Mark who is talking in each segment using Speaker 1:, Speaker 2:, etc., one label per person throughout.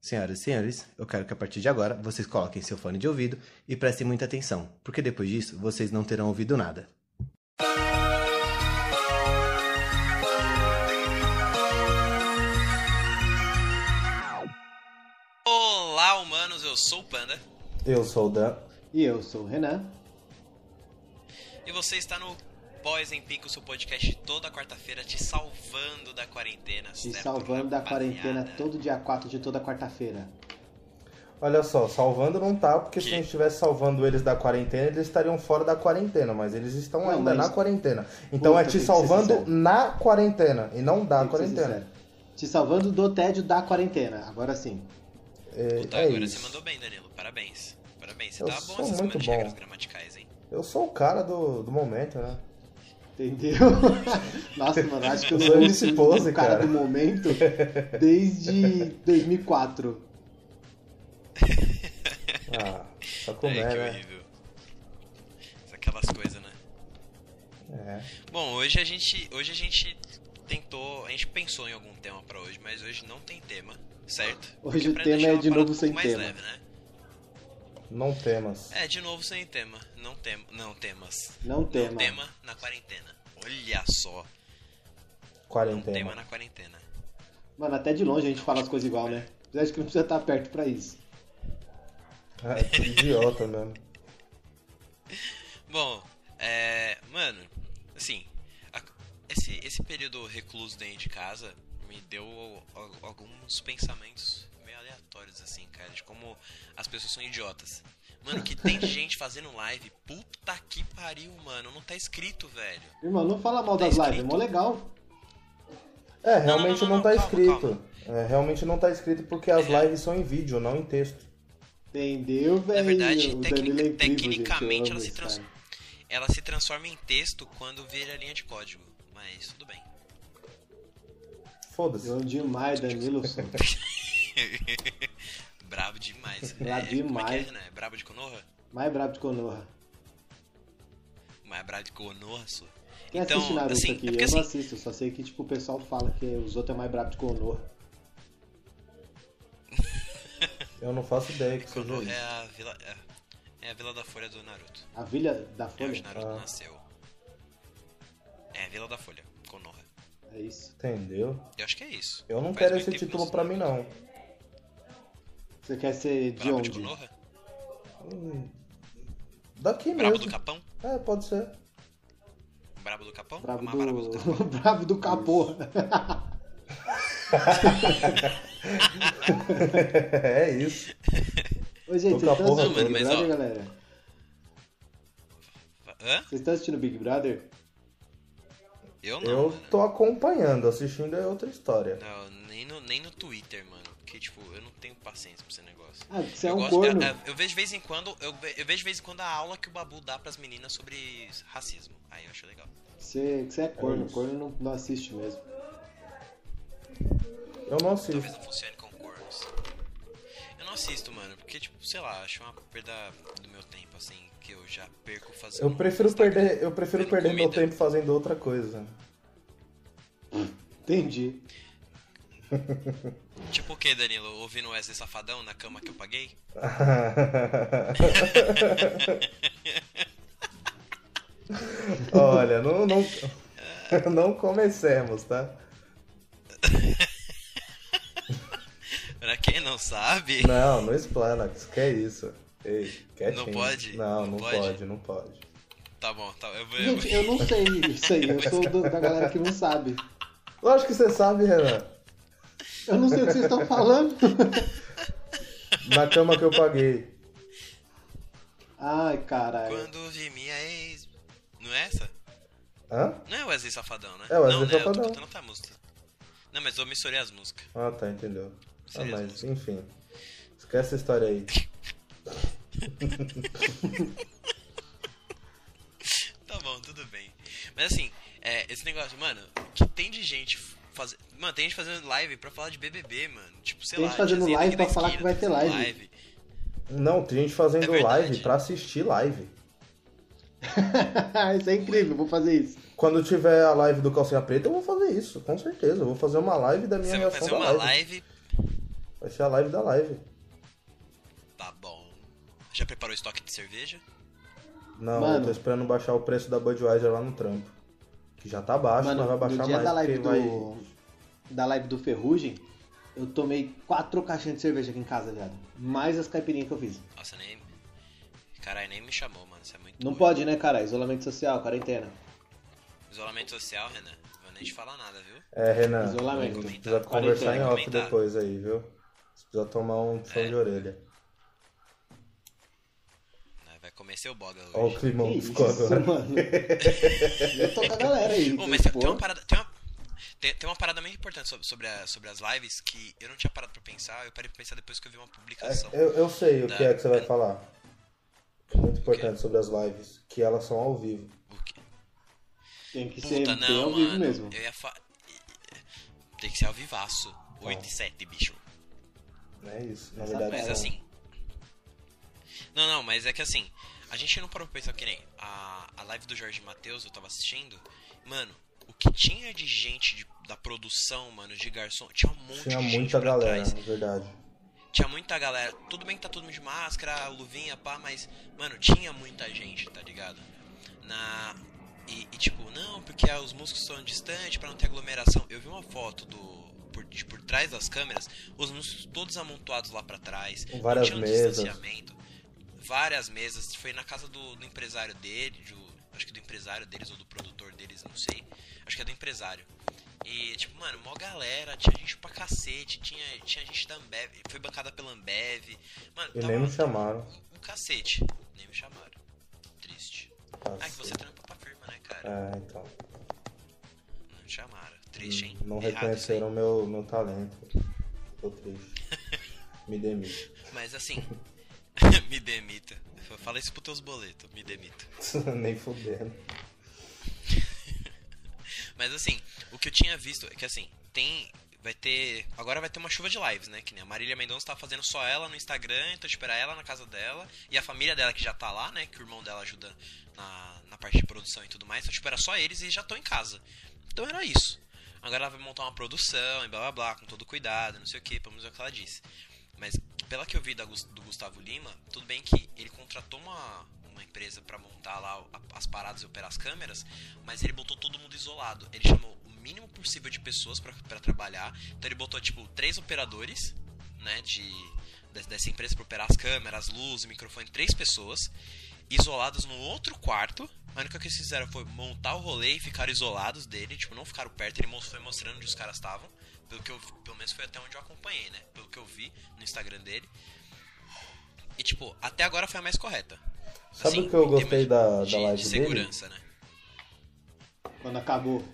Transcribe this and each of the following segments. Speaker 1: Senhoras e senhores, eu quero que a partir de agora vocês coloquem seu fone de ouvido e prestem muita atenção, porque depois disso vocês não terão ouvido nada.
Speaker 2: Olá, humanos, eu sou o Panda
Speaker 1: Eu sou o Dan.
Speaker 3: E eu sou o Renan.
Speaker 2: e você está no Boys em Pico, seu podcast toda quarta-feira te salvando da quarentena.
Speaker 3: Te
Speaker 2: certo,
Speaker 3: salvando da
Speaker 2: rapaziada?
Speaker 3: quarentena todo dia 4 de toda quarta-feira.
Speaker 4: Olha só, salvando não tá, porque
Speaker 2: Que?
Speaker 4: se a gente estivesse salvando eles da quarentena, eles estariam fora da quarentena, mas eles estão
Speaker 3: Não,
Speaker 4: ainda
Speaker 3: mas-
Speaker 4: na quarentena. Então
Speaker 3: Puta,
Speaker 4: é
Speaker 3: tem
Speaker 4: te
Speaker 3: que ser
Speaker 4: salvando
Speaker 3: sincero.
Speaker 4: na quarentena e não da
Speaker 3: Tem que ser
Speaker 4: Tá, quarentena.
Speaker 3: sincero. Te salvando do tédio da quarentena. Agora sim.
Speaker 4: É,
Speaker 2: Puta,
Speaker 4: é
Speaker 2: agora
Speaker 4: isso.
Speaker 2: você mandou bem, Danilo. Parabéns. Parabéns, você
Speaker 4: Eu
Speaker 2: tá bom
Speaker 4: sou
Speaker 2: essa semana
Speaker 4: muito
Speaker 2: de
Speaker 4: bom.
Speaker 2: regras gramaticais, hein?
Speaker 4: Eu sou o cara do, do momento, né?
Speaker 3: Entendeu? Nossa, mano, acho que eu
Speaker 4: Eu
Speaker 3: sou
Speaker 4: sou esse pose,
Speaker 3: o cara
Speaker 4: cara.
Speaker 3: do momento desde 2004.
Speaker 4: Ah,
Speaker 2: é,
Speaker 4: sacuné,
Speaker 2: que
Speaker 4: né?
Speaker 2: horrível. Aquelas coisas, né?
Speaker 4: É.
Speaker 2: Bom, hoje a gente. Hoje a gente tentou. A gente pensou em algum tema pra hoje, mas hoje não tem tema, certo?
Speaker 3: Hoje
Speaker 2: Que
Speaker 3: o
Speaker 2: pra
Speaker 3: tema
Speaker 2: deixar
Speaker 3: é
Speaker 2: uma
Speaker 3: de
Speaker 2: parada
Speaker 3: novo
Speaker 2: um pouco
Speaker 3: sem
Speaker 2: mais
Speaker 3: tema.
Speaker 2: leve, né?
Speaker 4: Não temas.
Speaker 2: É, de novo sem tema. Não tem, não temas.
Speaker 3: Não tema.
Speaker 2: Não tema na quarentena. Olha só. Não
Speaker 4: Quarentena.
Speaker 2: tema né? na quarentena.
Speaker 3: Mano, até de longe a gente fala as coisas igual, né? Apesar de que não precisa estar perto pra isso.
Speaker 4: É, que idiota mesmo.
Speaker 2: Bom, é. Mano, assim. a- esse, esse período recluso dentro de casa me deu al- alguns pensamentos meio aleatórios, assim, cara. De como as pessoas são idiotas. Mano, que tem de gente fazendo live. Puta que pariu, mano. Não tá escrito, velho.
Speaker 3: Irmão, não fala mal
Speaker 2: Tá
Speaker 3: das lives, é
Speaker 2: escrito.
Speaker 3: mó legal.
Speaker 4: É, realmente
Speaker 2: não,
Speaker 4: não,
Speaker 2: não,
Speaker 4: tá
Speaker 2: calma, É.
Speaker 4: escrito. É, realmente não tá escrito porque as lives são em vídeo, não em texto.
Speaker 3: Entendeu, velho?
Speaker 2: Na verdade,
Speaker 3: O
Speaker 2: tecnic-
Speaker 3: Danilo é incrível,
Speaker 2: tecnicamente
Speaker 3: gente, eu amo
Speaker 2: ela se
Speaker 3: esse
Speaker 2: trans-
Speaker 3: cara.
Speaker 2: Ela se transforma em texto quando vira linha de código. Mas tudo bem.
Speaker 4: Foda-se.
Speaker 3: Eu amo demais, Danilo. sou.
Speaker 2: Brabo demais. É, Como é
Speaker 3: Brabo
Speaker 2: que é,
Speaker 3: demais.
Speaker 2: Renan? É brabo de Konoha?
Speaker 3: Mais brabo de Konoha.
Speaker 2: Mas é brabo de Konoha, sua.
Speaker 3: Quem
Speaker 2: Então,
Speaker 3: assiste Naruto
Speaker 2: assim,
Speaker 3: aqui?
Speaker 2: é porque
Speaker 3: eu não
Speaker 2: assim-
Speaker 3: assisto, só sei que tipo, o pessoal fala que os outros é mais brabo de Konoha.
Speaker 4: Eu não faço ideia que seja
Speaker 2: Konoha
Speaker 4: isso.
Speaker 2: é a vila... É, é a Vila da Folha do Naruto.
Speaker 3: A Vila da
Speaker 2: É
Speaker 3: Folha?
Speaker 2: onde Naruto
Speaker 4: Ah.
Speaker 2: nasceu. É a Vila da Folha, Konoha.
Speaker 3: É isso.
Speaker 4: Entendeu?
Speaker 2: Eu acho que é isso.
Speaker 4: Eu não
Speaker 2: Faz
Speaker 4: quero
Speaker 2: muito
Speaker 4: esse
Speaker 2: tempo que eu
Speaker 4: título
Speaker 2: sou
Speaker 4: pra mim, não.
Speaker 3: Você quer ser de
Speaker 2: Brabo de
Speaker 3: onde?
Speaker 2: Konoha?
Speaker 4: Hum, Daqui
Speaker 2: Brabo do
Speaker 4: mesmo.
Speaker 2: Capão?
Speaker 4: É, pode ser.
Speaker 2: Brabo do Capão?
Speaker 3: Brabo
Speaker 2: Uma braba do Capão.
Speaker 3: do... brabo do capô.
Speaker 4: é isso.
Speaker 3: Ô, gente,
Speaker 4: Do
Speaker 3: vocês
Speaker 4: capô,
Speaker 3: estão
Speaker 2: mano,
Speaker 3: assistindo Big
Speaker 2: mas,
Speaker 3: Brother,
Speaker 2: ó.
Speaker 3: galera?
Speaker 2: Hã?
Speaker 3: Vocês estão assistindo Big Brother?
Speaker 2: Eu não,
Speaker 4: Eu
Speaker 2: mano.
Speaker 4: tô acompanhando, assistindo é outra história.
Speaker 2: Não, nem no, nem no Twitter, mano. Porque, tipo, eu não tenho paciência pra esse negócio.
Speaker 3: Ah, porque você é
Speaker 2: eu
Speaker 3: um
Speaker 2: gosto-
Speaker 3: corno.
Speaker 2: Eu, eu- eu vejo de vez em quando, eu, ve- eu vejo de vez em quando a aula que o Babu dá pras meninas sobre racismo. Aí eu acho legal.
Speaker 3: Você, você é corno.
Speaker 4: isso.
Speaker 3: corno não, não assiste mesmo.
Speaker 4: Eu não assisto.
Speaker 2: Talvez não funcione com cornos. Eu não assisto, mano, porque, tipo, sei lá, acho uma perda do meu tempo, assim, que eu já perco fazendo.
Speaker 4: Eu prefiro perder, eu prefiro
Speaker 2: Vendo
Speaker 4: perder meu
Speaker 2: comida.
Speaker 4: tempo fazendo outra coisa.
Speaker 3: Entendi.
Speaker 2: Tipo o que, Danilo? Ouvindo o Wesley Safadão na cama que eu paguei?
Speaker 4: Olha, não, não, não comecemos, tá?
Speaker 2: Pra quem não sabe.
Speaker 4: Não, não explana, que é isso. Ei, quietinho.
Speaker 2: pode?
Speaker 4: Não,
Speaker 2: Não
Speaker 4: não
Speaker 2: pode?
Speaker 4: pode, não pode.
Speaker 2: Tá bom, tá. Eu vou. Eu
Speaker 3: Gente,
Speaker 2: vou...
Speaker 3: eu não sei isso aí. Eu sou do- da galera que não sabe.
Speaker 4: Lógico que você sabe, Renan.
Speaker 3: Eu não sei o que vocês estão falando.
Speaker 4: Na cama que eu paguei.
Speaker 3: Ai, caralho.
Speaker 2: Quando vi minha ex. Não é essa?
Speaker 4: Hã?
Speaker 2: Não é o Wesley Safadão, né?
Speaker 4: É o
Speaker 2: não,
Speaker 4: Wesley
Speaker 2: né? Eu tô
Speaker 4: Safadão.
Speaker 2: cantando outra música. Não, mas eu misturei as músicas.
Speaker 4: Ah, tá, entendeu. Ah,
Speaker 2: Seria
Speaker 4: mas, enfim. Esquece essa história aí.
Speaker 2: Tá bom, tudo bem. Mas assim, é, esse negócio, mano, que tem de gente fazendo. Mano, tem gente fazendo live pra falar de BBB, mano. Tipo, sei
Speaker 3: Tem
Speaker 2: lá.
Speaker 3: gente fazendo
Speaker 2: tiazinha
Speaker 3: live
Speaker 2: daqui da
Speaker 3: pra falar
Speaker 2: esquina
Speaker 3: que vai ter
Speaker 2: fazendo
Speaker 3: live.
Speaker 4: Não, tem gente
Speaker 2: É
Speaker 4: fazendo
Speaker 2: verdade.
Speaker 4: live pra assistir live.
Speaker 3: isso é incrível, vou fazer isso.
Speaker 4: Quando tiver a live do Calcinha Preta, eu vou fazer isso, com certeza. Eu vou fazer uma live da minha
Speaker 2: Você vai
Speaker 4: reação
Speaker 2: fazer
Speaker 4: da
Speaker 2: uma
Speaker 4: live.
Speaker 2: live.
Speaker 4: Vai ser a live da live.
Speaker 2: Tá bom. Já preparou o estoque de cerveja?
Speaker 4: Não,
Speaker 3: Mano.
Speaker 4: eu tô esperando baixar o preço da Budweiser lá no trampo. Que já tá baixo,
Speaker 3: Mano,
Speaker 4: mas vai
Speaker 3: no
Speaker 4: baixar
Speaker 3: dia
Speaker 4: mais.
Speaker 3: da live, do,
Speaker 4: porque vai...
Speaker 3: da live do Ferrugem, eu tomei quatro caixinhas de cerveja aqui em casa, viado. Mais as caipirinhas que eu fiz.
Speaker 2: Nossa, nem. Caralho, nem me chamou, mano. Isso é muito.
Speaker 3: Não
Speaker 2: ruim.
Speaker 3: pode, né, cara? Isolamento social, quarentena.
Speaker 2: Isolamento social, Renan. Não vou nem te falar nada, viu?
Speaker 4: É, Renan.
Speaker 3: Isolamento.
Speaker 4: a gente Precisa conversar em
Speaker 3: Quarentena,
Speaker 4: off
Speaker 2: comentar. É.
Speaker 4: depois aí, viu? Você precisa tomar um puxão de orelha.
Speaker 2: Né, Vai comer seu boga
Speaker 4: Ó o
Speaker 2: hoje.
Speaker 4: climão
Speaker 3: Que
Speaker 4: que
Speaker 3: isso,
Speaker 4: ficou agora.
Speaker 3: mano. eu tô com a galera aí.
Speaker 2: Ô, mas tem
Speaker 3: pô.
Speaker 2: tem um uma parada. Tem uma... Tem, tem uma parada meio importante sobre, sobre, a- sobre as lives que eu não tinha parado pra pensar, eu parei pra pensar depois que eu vi uma publicação.
Speaker 3: é,
Speaker 4: Eu, eu sei o que
Speaker 2: Não.
Speaker 4: é que você vai falar.
Speaker 2: É.
Speaker 4: Muito importante sobre as lives, que elas são ao vivo.
Speaker 2: O que-
Speaker 3: Tem que ser
Speaker 2: Puta,
Speaker 3: bem
Speaker 2: não,
Speaker 3: ao vivo
Speaker 2: mano.
Speaker 3: mesmo.
Speaker 2: Eu ia fa... Tem que ser ao vivaço.
Speaker 3: Tá.
Speaker 2: 8 e 7, bicho.
Speaker 4: É isso. Na
Speaker 3: Essa
Speaker 4: verdade,
Speaker 2: Mas
Speaker 3: Tá bom.
Speaker 2: assim. Não, não, mas é que assim. A gente não parou pra pensar que nem a, a live do Jorge Matheus, eu tava assistindo. Mano, o que tinha de gente de- da produção, mano, de garçom. Tinha um monte
Speaker 4: tinha
Speaker 2: de gente
Speaker 4: muita
Speaker 2: pra
Speaker 4: galera,
Speaker 2: trás.
Speaker 4: na verdade.
Speaker 2: Tinha muita galera. Tudo bem que tá todo mundo de máscara, luvinha, pá, mas, mano, tinha muita gente, tá ligado? Na. E, e tipo, não, porque ah, os músicos estão distantes pra não ter aglomeração. Eu vi uma foto do. Por, de por trás das câmeras, os músicos todos amontoados lá pra trás.
Speaker 4: Com várias
Speaker 2: não tinha um
Speaker 4: mesas.
Speaker 2: distanciamento. Várias mesas. Foi na casa do, do empresário dele, do- acho que do empresário deles ou do produtor deles, não sei. Acho que é do empresário. E, tipo, mano, mó galera, tinha gente pra cacete, tinha, tinha gente da Ambev, foi bancada pela Ambev. Mano,
Speaker 4: E
Speaker 2: tava
Speaker 4: nem me chamaram.
Speaker 2: Um, um cacete. Nem me chamaram. Triste. Ah, que você
Speaker 4: Cacete.
Speaker 2: trampa pra firma, né, cara?
Speaker 4: Assim, É, então.
Speaker 2: Não me chamaram. Triste, hein?
Speaker 4: É. Não
Speaker 2: Errado isso aí.
Speaker 4: reconheceram meu, meu talento. Tô triste. Me demito.
Speaker 2: Mas assim, me demita. Fala isso pros teus boletos, me demita.
Speaker 4: Nem fudendo.
Speaker 2: Mas assim, o que eu tinha visto é que assim, tem. Vai ter. Agora vai ter uma chuva de lives, né? Que nem a Marília Mendonça tá fazendo só ela no Instagram, então esperar ela na casa dela. E a família dela que já tá lá, né? Que o irmão dela ajuda na, na parte de produção e tudo mais. Então espera só eles e já estão em casa. Então era isso. Agora ela vai montar uma produção e blá blá blá, com todo cuidado, não sei o que, pelo menos é o que ela disse. Mas pela que eu vi da Gus- do Gustavo Lima, tudo bem que ele contratou uma, uma empresa pra montar lá o- a- as paradas e operar as câmeras, mas ele botou todo mundo isolado. Ele chamou o mínimo possível de pessoas pra- pra trabalhar. Então ele botou tipo três operadores, né, de des- dessa empresa pra operar as câmeras, luz, microfone, três pessoas isoladas no outro quarto. A única que eles fizeram foi montar o rolê e ficaram isolados dele, tipo, não ficaram perto, ele mos- foi mostrando onde os caras estavam. Pelo que eu, pelo menos foi até onde eu acompanhei, né? Pelo que eu vi no Instagram dele. E tipo, até agora foi a mais correta.
Speaker 4: Sabe
Speaker 2: Assim,
Speaker 4: o que eu
Speaker 2: em termos
Speaker 4: gostei da,
Speaker 2: de,
Speaker 4: da live
Speaker 2: de
Speaker 4: dele?
Speaker 2: segurança, né?
Speaker 3: Quando acabou.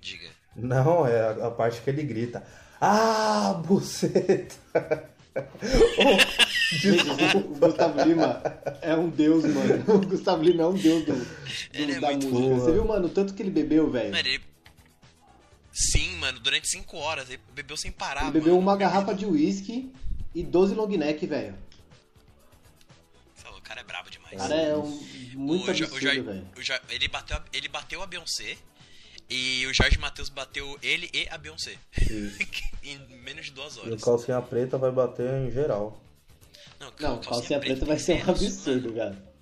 Speaker 2: Diga.
Speaker 4: Não, é a, a parte que ele grita. Ah, buceta! Oh,
Speaker 3: Gente,
Speaker 4: desculpa.
Speaker 3: o Gustavo Lima é um deus, mano. O Gustavo Lima é um deus do, do-
Speaker 2: Ele é
Speaker 3: da
Speaker 2: muito
Speaker 3: música.
Speaker 4: boa.
Speaker 3: Você viu, mano, o tanto que ele bebeu, velho?
Speaker 2: Mano, ele. Sim, mano, durante 5 horas. Ele bebeu sem parar.
Speaker 3: Ele bebeu
Speaker 2: mano.
Speaker 3: uma garrafa de uísque e 12 long neck, velho.
Speaker 2: Sei lá, O cara é brabo demais.
Speaker 3: O cara é um, muito
Speaker 2: Jo-
Speaker 3: absurdo,
Speaker 2: Jorge-
Speaker 3: velho.
Speaker 2: o Jorge- ele, bateu a, ele bateu a Beyoncé. E o Jorge Matheus bateu ele e a Beyoncé. em menos de duas
Speaker 4: E o
Speaker 2: horas.
Speaker 4: calcinha preta vai bater em geral.
Speaker 3: Não, calcinha preta vai ser um
Speaker 2: menos,
Speaker 3: absurdo, cara.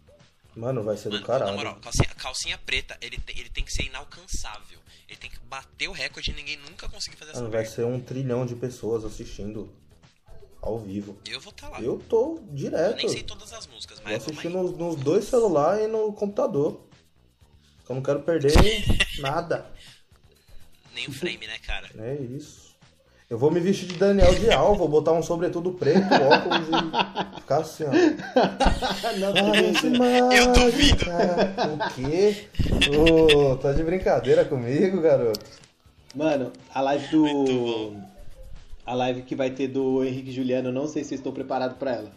Speaker 4: Mano, vai ser
Speaker 2: Mano,
Speaker 4: do
Speaker 2: na
Speaker 4: caralho.
Speaker 2: moral, calcinha, calcinha preta, ele, te- ele tem que ser inalcançável. Ele tem que bater o recorde e ninguém nunca conseguir fazer essa
Speaker 4: Mano, vai
Speaker 2: merda.
Speaker 4: ser um trilhão de pessoas assistindo ao vivo.
Speaker 2: Eu vou estar lá.
Speaker 4: Eu tô
Speaker 2: Eu
Speaker 4: direto.
Speaker 2: nem sei todas as músicas,
Speaker 4: Vou
Speaker 2: mas é
Speaker 4: assistir
Speaker 2: vamos aí.
Speaker 4: nos, nos dois celulares e no computador. Eu não quero perder nada.
Speaker 2: nem o frame, né, cara?
Speaker 4: É isso. Eu vou me vestir de Daniel de Al, vou botar um sobretudo preto, óculos e ficar assim, ó.
Speaker 3: Ah, Não,
Speaker 4: Faz
Speaker 3: beleza.
Speaker 2: Eu duvido.
Speaker 4: mágica. O quê? Ô, tá de brincadeira comigo, garoto?
Speaker 3: Mano, a live
Speaker 2: Muito
Speaker 3: do.
Speaker 2: bom.
Speaker 3: A live que vai ter do Henrique e Juliano, eu não sei se eu estou preparado pra ela.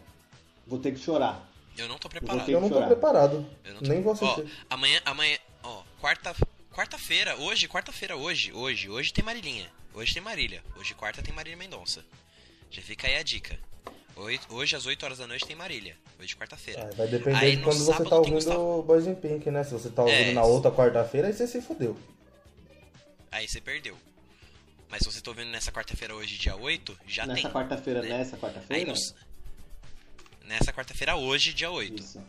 Speaker 3: Vou ter que chorar.
Speaker 2: Eu não tô
Speaker 3: vou
Speaker 2: preparado.
Speaker 3: ter
Speaker 4: Eu não tô
Speaker 3: chorar.
Speaker 4: preparado.
Speaker 2: Eu não tô-
Speaker 4: Nem vou
Speaker 2: Ó,
Speaker 4: assistir.
Speaker 2: amanhã, amanhã, ó, quarta, quarta-feira, hoje, quarta-feira, hoje, hoje, hoje tem Marilinha. Hoje tem Marília. Hoje, quarta, tem Marília Mendonça. Já fica aí a dica. Oi- Hoje, às 8 horas da noite, tem Marília. Hoje, quarta-feira.
Speaker 4: Ah, vai depender
Speaker 2: Aí,
Speaker 4: de
Speaker 2: no
Speaker 4: quando você
Speaker 2: sábado,
Speaker 4: tá
Speaker 2: tem
Speaker 4: ouvindo
Speaker 2: Gustavo.
Speaker 4: Boys in Pink, né? Se você tá
Speaker 2: É.
Speaker 4: ouvindo na outra quarta-feira, aí você se fodeu.
Speaker 2: Aí você perdeu. Mas se você tá ouvindo nessa quarta-feira hoje, dia 8, já
Speaker 3: nessa
Speaker 2: tem.
Speaker 3: quarta-feira,
Speaker 2: né?
Speaker 3: nessa
Speaker 2: Aí
Speaker 3: quarta-feira.
Speaker 2: não s- Nessa quarta-feira hoje, dia 8.
Speaker 3: Isso.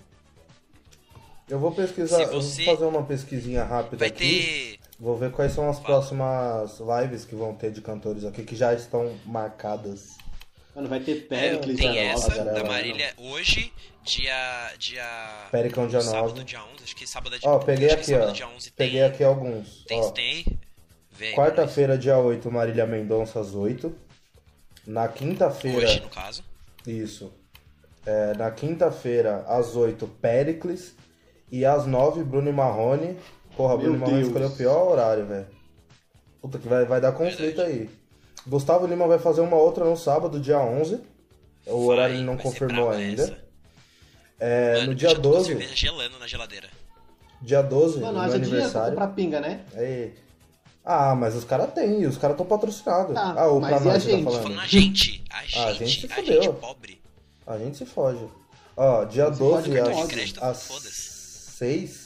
Speaker 4: Eu vou pesquisar,
Speaker 2: Se
Speaker 4: eu
Speaker 2: você-
Speaker 4: vou fazer uma pesquisinha rápida
Speaker 2: Vai
Speaker 4: tá
Speaker 2: ter.
Speaker 4: aqui. Vou ver quais são as
Speaker 2: Fala.
Speaker 4: próximas lives que vão ter de cantores aqui que já estão marcadas.
Speaker 3: Mano, vai ter
Speaker 2: É,
Speaker 3: Pericles,
Speaker 2: tem
Speaker 3: Janela,
Speaker 2: essa
Speaker 4: galera,
Speaker 2: da
Speaker 4: não.
Speaker 2: Marília hoje, dia. dia
Speaker 4: Pericão é um dia
Speaker 2: sábado,
Speaker 4: 9.
Speaker 2: dia 11. Acho que sábado é dia
Speaker 4: Ó, peguei
Speaker 2: acho que
Speaker 4: aqui,
Speaker 2: sábado,
Speaker 4: ó.
Speaker 2: dia 11 tem.
Speaker 4: Peguei aqui alguns.
Speaker 2: Tem né?
Speaker 4: ó.
Speaker 2: Stay. Vem.
Speaker 4: Quarta-feira, dia 8, Marília Mendonça às 8. Na
Speaker 2: Hoje,
Speaker 4: quinta-feira,
Speaker 2: no caso.
Speaker 4: isso. É, na quinta-feira, às 8, Pericles. E às 9, Bruno e Marrone. Porra,
Speaker 3: Meu
Speaker 4: Bruno e Marrone
Speaker 3: Deus.
Speaker 4: escolheu o pior horário, velho. Puta que vai, vai dar conflito aí. Gustavo Lima vai fazer uma outra no sábado, dia 11. O
Speaker 2: Vai,
Speaker 4: horário ele não
Speaker 2: vai ser
Speaker 4: confirmou
Speaker 2: braba
Speaker 4: ainda.
Speaker 2: essa.
Speaker 4: É,
Speaker 2: Mano,
Speaker 4: no
Speaker 2: eu
Speaker 4: dia
Speaker 2: já tô com a
Speaker 4: 12,
Speaker 2: cerveja gelando na geladeira.
Speaker 4: dia 12,
Speaker 3: Mano,
Speaker 4: no meu
Speaker 3: haja dinheiro pra
Speaker 4: aniversário.
Speaker 3: comprar pinga, né?
Speaker 4: Aí. Ah, mas os caras têm, os caras estão patrocinados.
Speaker 3: Tá,
Speaker 4: ah, o
Speaker 3: mas
Speaker 4: pra
Speaker 3: e
Speaker 4: nós
Speaker 3: a
Speaker 4: que tá
Speaker 3: gente?
Speaker 2: Tô
Speaker 4: falando.
Speaker 2: falando a gente. A
Speaker 4: Ah, a
Speaker 2: gente.
Speaker 4: gente se
Speaker 2: A
Speaker 4: fudeu.
Speaker 2: gente pobre.
Speaker 4: A gente se foge. Ó, dia
Speaker 3: Se
Speaker 4: 12
Speaker 3: fode,
Speaker 4: às,
Speaker 3: cartão de
Speaker 2: crédito,
Speaker 4: às
Speaker 2: tá foda-se.
Speaker 4: 6.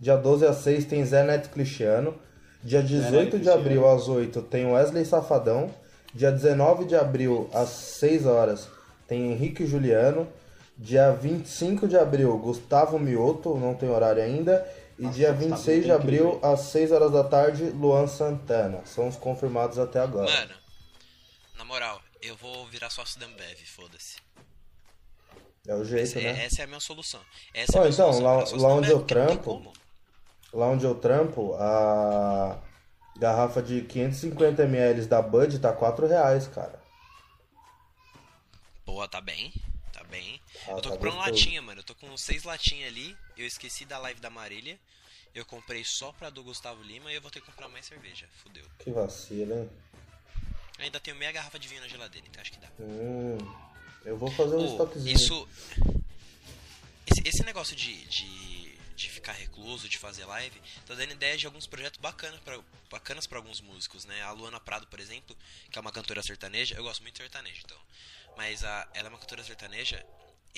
Speaker 4: Dia 12 às 6 tem Zé Neto Cristiano. Dia 18 de
Speaker 3: Cristiano.
Speaker 4: abril às 8 tem Wesley Safadão. Dia 19 de abril às 6 horas tem Henrique Juliano. Dia 25 de abril, Gustavo Mioto, não tem horário ainda. E
Speaker 3: Nossa,
Speaker 4: dia
Speaker 3: Gustavo,
Speaker 4: 26 de
Speaker 3: tem que
Speaker 4: abril, às 6 horas da tarde, Luan Santana. São os confirmados até agora.
Speaker 2: Mano, na moral, eu vou virar sócio da Ambev, foda-se.
Speaker 4: é o jeito,
Speaker 2: Essa,
Speaker 4: né?
Speaker 2: essa é a minha solução. Essa é
Speaker 4: Ó,
Speaker 2: a minha
Speaker 4: então,
Speaker 2: solução,
Speaker 4: lá-
Speaker 2: virar sócio
Speaker 4: lá
Speaker 2: da
Speaker 4: onde
Speaker 2: Ambev,
Speaker 4: eu
Speaker 2: porque não tem
Speaker 4: trampo,
Speaker 2: como.
Speaker 4: Lá onde eu trampo, a garrafa de 550ml da Bud tá 4 reais, cara.
Speaker 2: Boa, tá bem. Tá bem.
Speaker 4: Ah,
Speaker 2: eu tô
Speaker 4: tá
Speaker 2: comprando
Speaker 4: gostoso.
Speaker 2: latinha, mano. Eu tô com seis latinhas ali. Eu esqueci da live da Marília. Eu comprei só pra do Gustavo Lima e eu vou ter que comprar mais cerveja. Fudeu.
Speaker 4: Que vacilo, hein?
Speaker 2: Ainda tenho meia garrafa de vinho na geladeira, então acho que dá.
Speaker 4: Hum, eu vou fazer um
Speaker 2: Ô,
Speaker 4: estoquezinho.
Speaker 2: isso. Esse, esse negócio de, de, de ficar recluso, de fazer live, tá dando ideia de alguns projetos bacanas pra, bacanas pra alguns músicos, né? A Luana Prado, por exemplo, que é uma cantora sertaneja, eu gosto muito de sertanejo, então. Mas a, ela é uma cantora sertaneja.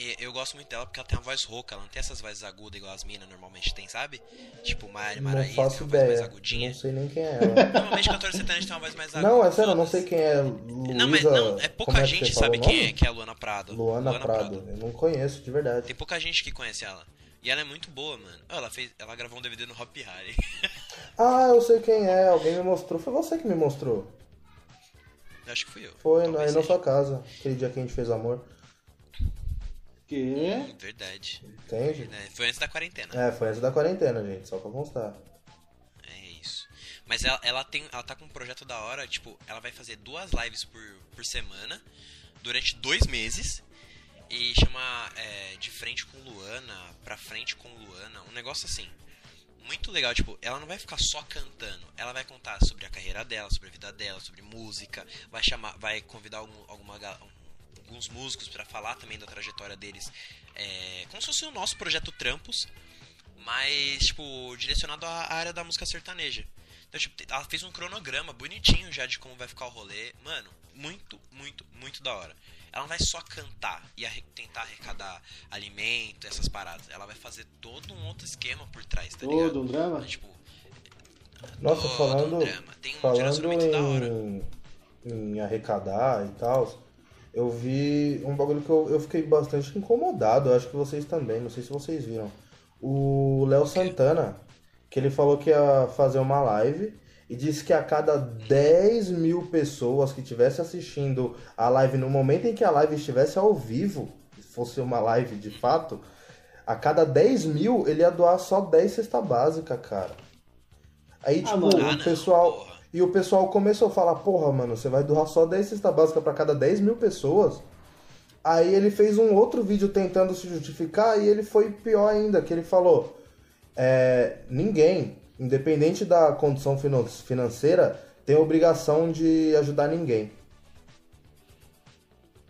Speaker 2: E eu gosto muito dela porque ela tem uma voz rouca, ela não tem essas vozes agudas igual as minas normalmente tem, sabe? Tipo Mari,
Speaker 4: Não
Speaker 2: Maraí, tem uma
Speaker 4: faço
Speaker 2: voz mais
Speaker 4: ideia.
Speaker 2: agudinha.
Speaker 4: Não sei nem quem é ela.
Speaker 2: Normalmente cantora sertaneja tem uma voz mais aguda.
Speaker 4: não, é sério, eu não
Speaker 2: foda-se.
Speaker 4: sei quem é. Luísa,
Speaker 2: Não, mas não, é pouca
Speaker 4: como que
Speaker 2: gente
Speaker 4: você falou
Speaker 2: sabe
Speaker 4: o
Speaker 2: quem
Speaker 4: nome?
Speaker 2: é, que é a Luana Prado.
Speaker 4: Luana, Prado. Eu não conheço, de verdade.
Speaker 2: Tem pouca gente que conhece ela. E ela é muito boa, mano. Ah, Ela, fez, ela gravou um DVD no Hop Harry.
Speaker 4: Ah, eu sei quem é. Alguém me mostrou. Foi você que me mostrou.
Speaker 2: Acho que fui eu.
Speaker 4: Foi
Speaker 2: Talvez
Speaker 4: aí na
Speaker 2: seja.
Speaker 4: sua casa. Aquele dia que a gente fez amor.
Speaker 3: Que?
Speaker 2: Hum, Verdade.
Speaker 4: Entende?
Speaker 2: Né, Foi antes da quarentena.
Speaker 4: É, foi antes da quarentena, gente. Só pra constar.
Speaker 2: É, isso. Mas ela, ela, tem, ela tá com um projeto da hora, tipo, ela vai fazer duas lives por, por semana durante dois meses. E chama é, de frente com Luana, pra frente com Luana, um negócio assim. muito legal. Tipo, ela não vai ficar só cantando. Ela vai contar sobre a carreira dela, sobre a vida dela, sobre música. Vai chamar, vai convidar algum- alguma, ga- alguns músicos pra falar também da trajetória deles. É, como se fosse o nosso projeto Trampos, mas tipo direcionado à à área da música sertaneja. Então, tipo, ela fez um cronograma bonitinho já de como vai ficar o rolê. Mano, muito, muito, muito da hora. Ela não vai só cantar e arre- tentar arrecadar alimento, essas paradas. Ela vai fazer todo um outro esquema por trás, tá ligado?
Speaker 3: Todo um drama?
Speaker 2: Tipo,
Speaker 4: Nossa,
Speaker 2: todo
Speaker 4: falando,
Speaker 2: um drama. Tem um
Speaker 4: falando
Speaker 2: direcionamento da hora.
Speaker 4: em, em arrecadar e tal, eu vi um bagulho que eu, eu fiquei bastante incomodado. Eu acho que vocês também, não sei se vocês viram. O Léo Santana, que ele falou que ia fazer uma live e disse que a cada 10 mil pessoas que estivesse assistindo a live no momento em que a live estivesse ao vivo, se fosse uma live de fato, a cada 10 mil ele ia doar só 10 cesta básica, cara. Aí,
Speaker 3: Ah,
Speaker 4: tipo,
Speaker 3: mano.
Speaker 2: Ah,
Speaker 4: o
Speaker 2: não,
Speaker 4: pessoal.
Speaker 2: porra.
Speaker 4: E o pessoal começou a falar, porra, mano, você vai doar só 10 cesta básica pra cada 10 mil pessoas? Aí ele fez um outro vídeo tentando se justificar e ele foi pior ainda, que ele falou, é, ninguém, independente da condição finan- financeira, tem obrigação de ajudar ninguém.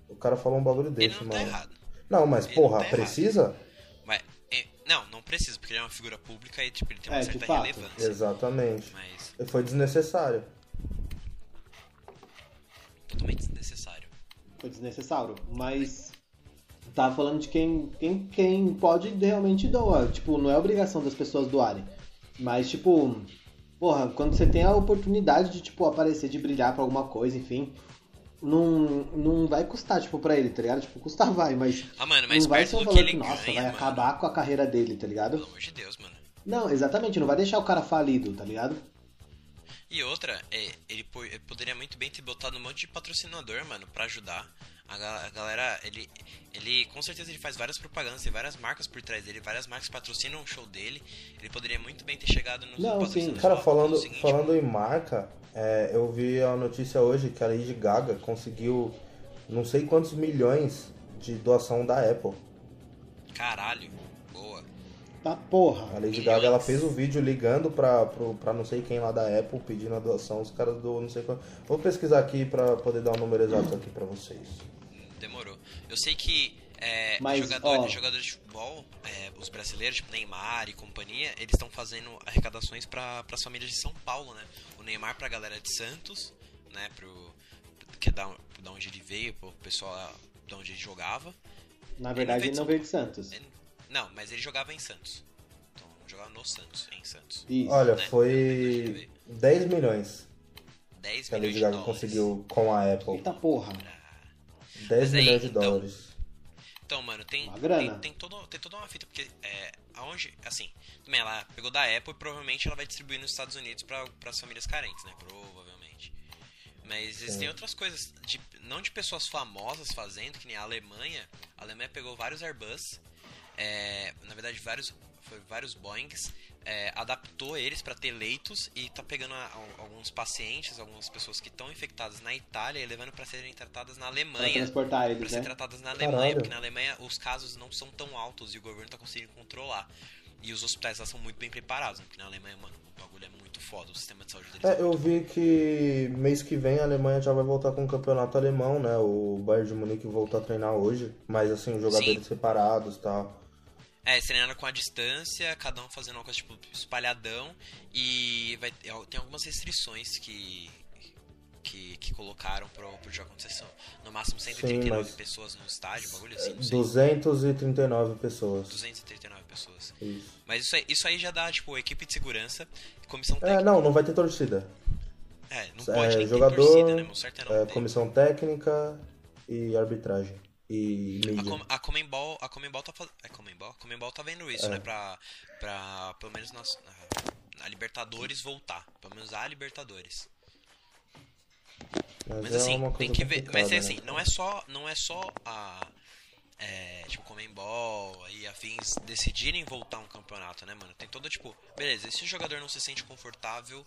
Speaker 4: O cara falou um bagulho
Speaker 2: Ele
Speaker 4: desse,
Speaker 2: não tá
Speaker 4: mano.
Speaker 2: errado.
Speaker 4: não, mas
Speaker 2: Ele
Speaker 4: porra,
Speaker 2: não tá
Speaker 4: precisa?
Speaker 2: Mas, é, não, não precisa, porque ele é uma figura pública e tipo, ele tem uma
Speaker 3: É, de
Speaker 2: certa
Speaker 3: fato.
Speaker 2: relevância.
Speaker 4: Exatamente.
Speaker 2: Mas
Speaker 4: Foi desnecessário.
Speaker 2: totalmente desnecessário.
Speaker 3: Foi desnecessário. Mas tava falando de quem, quem, quem pode realmente doar. Tipo, não é obrigação das pessoas doarem. Mas, tipo, Porra, quando você tem a oportunidade de, tipo, aparecer, de brilhar pra alguma coisa, enfim, não, não vai custar, tipo, pra ele, tá ligado? Tipo, custar vai, mas
Speaker 2: Ah, mano, mas
Speaker 3: não vai
Speaker 2: perto
Speaker 3: ser um
Speaker 2: do
Speaker 3: valor
Speaker 2: que
Speaker 3: que,
Speaker 2: ele
Speaker 3: nossa,
Speaker 2: ganha,
Speaker 3: vai
Speaker 2: mano.
Speaker 3: acabar com a carreira dele, tá ligado?
Speaker 2: Pelo amor de Deus, mano.
Speaker 3: Não, exatamente, não vai deixar o cara falido, tá ligado?
Speaker 2: E outra, é, ele, po- ele poderia muito bem ter botado um monte de patrocinador, mano, pra ajudar. A, ga- a galera, ele, ele com certeza ele faz várias propagandas, tem várias marcas por trás dele, várias marcas patrocinam o show dele. Ele poderia muito bem ter chegado no
Speaker 3: Não, sim.
Speaker 4: Cara,
Speaker 2: é
Speaker 4: falando, falando em marca, é, eu vi a notícia hoje que a Lady Gaga conseguiu não sei quantos milhões de doação da Apple.
Speaker 2: Caralho, boa.
Speaker 3: Tá porra.
Speaker 4: A Lady Gaga ela fez o vídeo ligando pra, pro, pra não sei quem lá da Apple pedindo a doação. Os caras do não sei quanto. Vou pesquisar aqui pra poder dar o número exato aqui pra vocês.
Speaker 2: Demorou. Eu sei que é,
Speaker 3: Mas,
Speaker 2: jogador-
Speaker 3: ó.
Speaker 2: jogadores de futebol, é, os brasileiros, tipo Neymar e companhia, eles estão fazendo arrecadações para as famílias de São Paulo, né? O Neymar pra galera de Santos, né? Pro, que é da, da onde ele veio, pro pessoal lá da onde ele jogava.
Speaker 3: Na
Speaker 2: Ele
Speaker 3: verdade,
Speaker 2: fez
Speaker 3: ele não
Speaker 2: São
Speaker 3: veio de Santos.
Speaker 2: Ele- não, mas ele jogava em Santos. Então, jogava no Santos, em Santos.
Speaker 3: Isso.
Speaker 4: Olha,
Speaker 2: né?
Speaker 4: foi 10 milhões
Speaker 2: 10
Speaker 4: que a
Speaker 2: milhões
Speaker 4: Lady
Speaker 2: de
Speaker 4: Gaga
Speaker 2: dólares.
Speaker 4: conseguiu com a Apple.
Speaker 3: Eita porra.
Speaker 2: Ah,
Speaker 4: 10
Speaker 2: Mas aí,
Speaker 4: milhões de
Speaker 2: então,
Speaker 4: dólares.
Speaker 2: Então, mano, tem,
Speaker 3: Uma grana.
Speaker 2: tem, tem, todo, tem toda uma fita, porque é, aonde, assim, também ela pegou da Apple e provavelmente ela vai distribuir nos Estados Unidos pra as famílias carentes, né? Provavelmente. Mas existem outras coisas, de, não de pessoas famosas fazendo, que nem a Alemanha. A Alemanha pegou vários Airbus, é, na verdade, vários, foi vários Boeings, é, adaptou eles pra ter leitos e tá pegando a- a- alguns pacientes, algumas pessoas que estão infectadas na Itália e levando pra serem tratadas na
Speaker 3: Pra
Speaker 2: Alemanha
Speaker 3: transportar
Speaker 2: para
Speaker 3: eles,
Speaker 2: ser
Speaker 3: né?
Speaker 2: tratadas na Alemanha,
Speaker 4: Caralho.
Speaker 2: porque na Alemanha os casos não são tão altos e o governo tá conseguindo controlar. E os hospitais lá são muito bem preparados, né? porque na Alemanha, mano, o bagulho é muito foda, o sistema de saúde deles
Speaker 4: É, eu vi que mês que vem a Alemanha já vai voltar com o campeonato alemão, né? O Bayern de Munique voltou a treinar hoje, mas assim, os jogadores separados e tal.
Speaker 2: É, eles treinaram com a distância, cada um fazendo uma coisa tipo espalhadão e vai ter- tem algumas restrições que que, que colocaram pro, pro jogo acontecer. No máximo 139
Speaker 4: mas- é
Speaker 2: pessoas no estádio, bagulho assim, não sei,
Speaker 4: 239 pessoas.
Speaker 2: 239 pessoas.
Speaker 4: Isso.
Speaker 2: Mas isso aí, isso aí já dá, tipo, equipe de segurança, comissão
Speaker 4: É,
Speaker 2: técnica.
Speaker 4: não, não vai ter torcida.
Speaker 2: É, não
Speaker 4: É,
Speaker 2: pode nem
Speaker 4: jogador,
Speaker 2: ter torcida, né? meu? O certo é não
Speaker 4: É,
Speaker 2: ter.
Speaker 4: comissão técnica e arbitragem. E
Speaker 2: A,
Speaker 4: mídia.
Speaker 2: com, a Comembol, a Comembol tá fazendo, a Comembol, a Comembol tá vendo
Speaker 4: É.
Speaker 2: isso, né, pra, pra pelo menos nas, na, na Libertadores voltar, pelo menos a Libertadores.
Speaker 4: Mas,
Speaker 2: Mas
Speaker 4: é
Speaker 2: assim,
Speaker 4: uma
Speaker 2: tem
Speaker 4: coisa
Speaker 2: que ver, mas
Speaker 4: complicada,
Speaker 2: é
Speaker 4: né?
Speaker 2: assim, não é só, não é só a é, tipo Comembol e afins decidirem voltar um campeonato, né, mano? Tem todo tipo, beleza, esse jogador não se sente confortável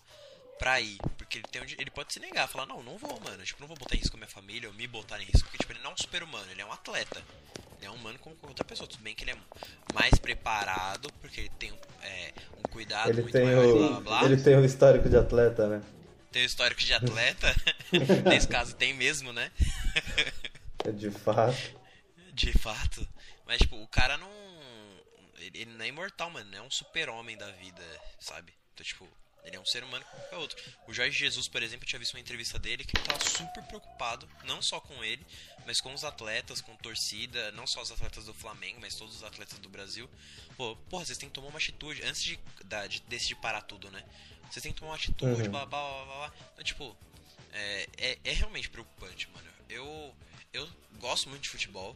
Speaker 2: pra ir, porque ele tem onde, ele pode se negar, falar, não, não vou, mano, tipo, não vou botar em risco minha família, ou me botar em risco, porque tipo, ele não é um super-humano, ele é um atleta. Ele é um humano como qualquer outra pessoa, tudo bem que ele é mais preparado, porque ele tem um, é, um cuidado
Speaker 4: Ele
Speaker 2: muito
Speaker 4: tem,
Speaker 2: maior, e blá, blá, blá
Speaker 4: o, ele tem o histórico de atleta, né?
Speaker 2: tem o histórico de atleta, nesse caso tem mesmo, né?
Speaker 4: É De fato.
Speaker 2: De fato. Mas, tipo, o cara não. Ele, ele não é imortal, mano. Não é um super-homem da vida, sabe? Então, tipo, ele é um ser humano como qualquer outro. O Jorge Jesus, por exemplo, eu tinha visto uma entrevista dele que ele tava super preocupado, não só com ele, mas com os atletas, com torcida, não só os atletas do Flamengo, mas todos os atletas do Brasil. Pô, porra, vocês têm que tomar uma atitude antes de, da- de decidir parar tudo, né? Vocês têm que tomar uma atitude,
Speaker 4: Uhum.
Speaker 2: blá blá blá blá. blá. Então, tipo, é, é, é realmente preocupante, mano. Eu, eu gosto muito de futebol,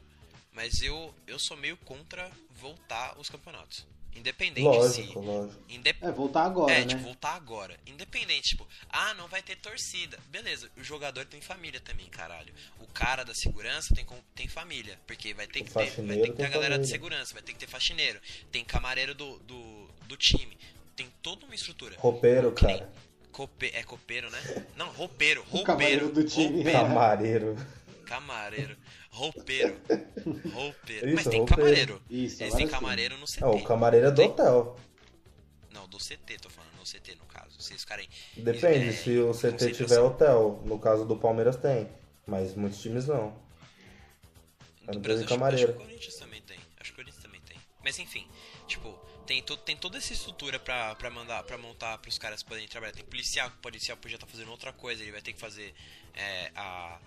Speaker 2: mas eu, eu sou meio contra voltar os campeonatos. Independente
Speaker 4: Lógico,
Speaker 2: se.
Speaker 4: lógico.
Speaker 2: Indep
Speaker 3: É, voltar agora,
Speaker 2: é,
Speaker 3: né?
Speaker 2: tipo, voltar agora. Independente, tipo, ah, não vai ter torcida. Beleza, o jogador tem família também, caralho. O cara da segurança tem, com- tem família. Porque vai ter
Speaker 4: O
Speaker 2: que ter, vai
Speaker 4: faxineiro
Speaker 2: ter, que ter
Speaker 4: tem
Speaker 2: a galera de
Speaker 4: família.
Speaker 2: segurança, vai ter que ter faxineiro, tem camareiro do, do, do time. Tem toda uma estrutura.
Speaker 4: Roupeiro,
Speaker 2: Que nem
Speaker 4: cara.
Speaker 2: cope- é copeiro, né? Não, roupeiro, roupeiro.
Speaker 3: camareiro do time.
Speaker 2: roupeiro.
Speaker 4: Camareiro.
Speaker 2: Camareiro. Roupeiro. Roupeiro.
Speaker 4: Isso,
Speaker 2: Mas tem
Speaker 4: roupeiro.
Speaker 2: camareiro.
Speaker 3: Isso,
Speaker 2: Eles
Speaker 3: agora
Speaker 2: têm
Speaker 3: sim.
Speaker 2: camareiro no CT.
Speaker 4: É, o camareiro é do
Speaker 2: Tem-
Speaker 4: hotel.
Speaker 2: Não, do CT, tô falando. No CT, no caso. Se eles ficarem...
Speaker 4: Depende,
Speaker 2: é,
Speaker 4: se o CT
Speaker 2: concentração.
Speaker 4: tiver hotel. No caso do Palmeiras tem. Mas muitos times não.
Speaker 2: Do
Speaker 4: Não
Speaker 2: Brasil,
Speaker 4: tem
Speaker 2: acho, acho
Speaker 4: é camareiro.
Speaker 2: que o Corinthians também tem. Acho que o Corinthians também tem. Mas enfim, tipo, tem, to, tem toda essa estrutura pra, pra mandar, para montar pros caras poderem trabalhar. Tem policial, que o policial podia estar fazendo outra coisa, ele vai ter que fazer é, a,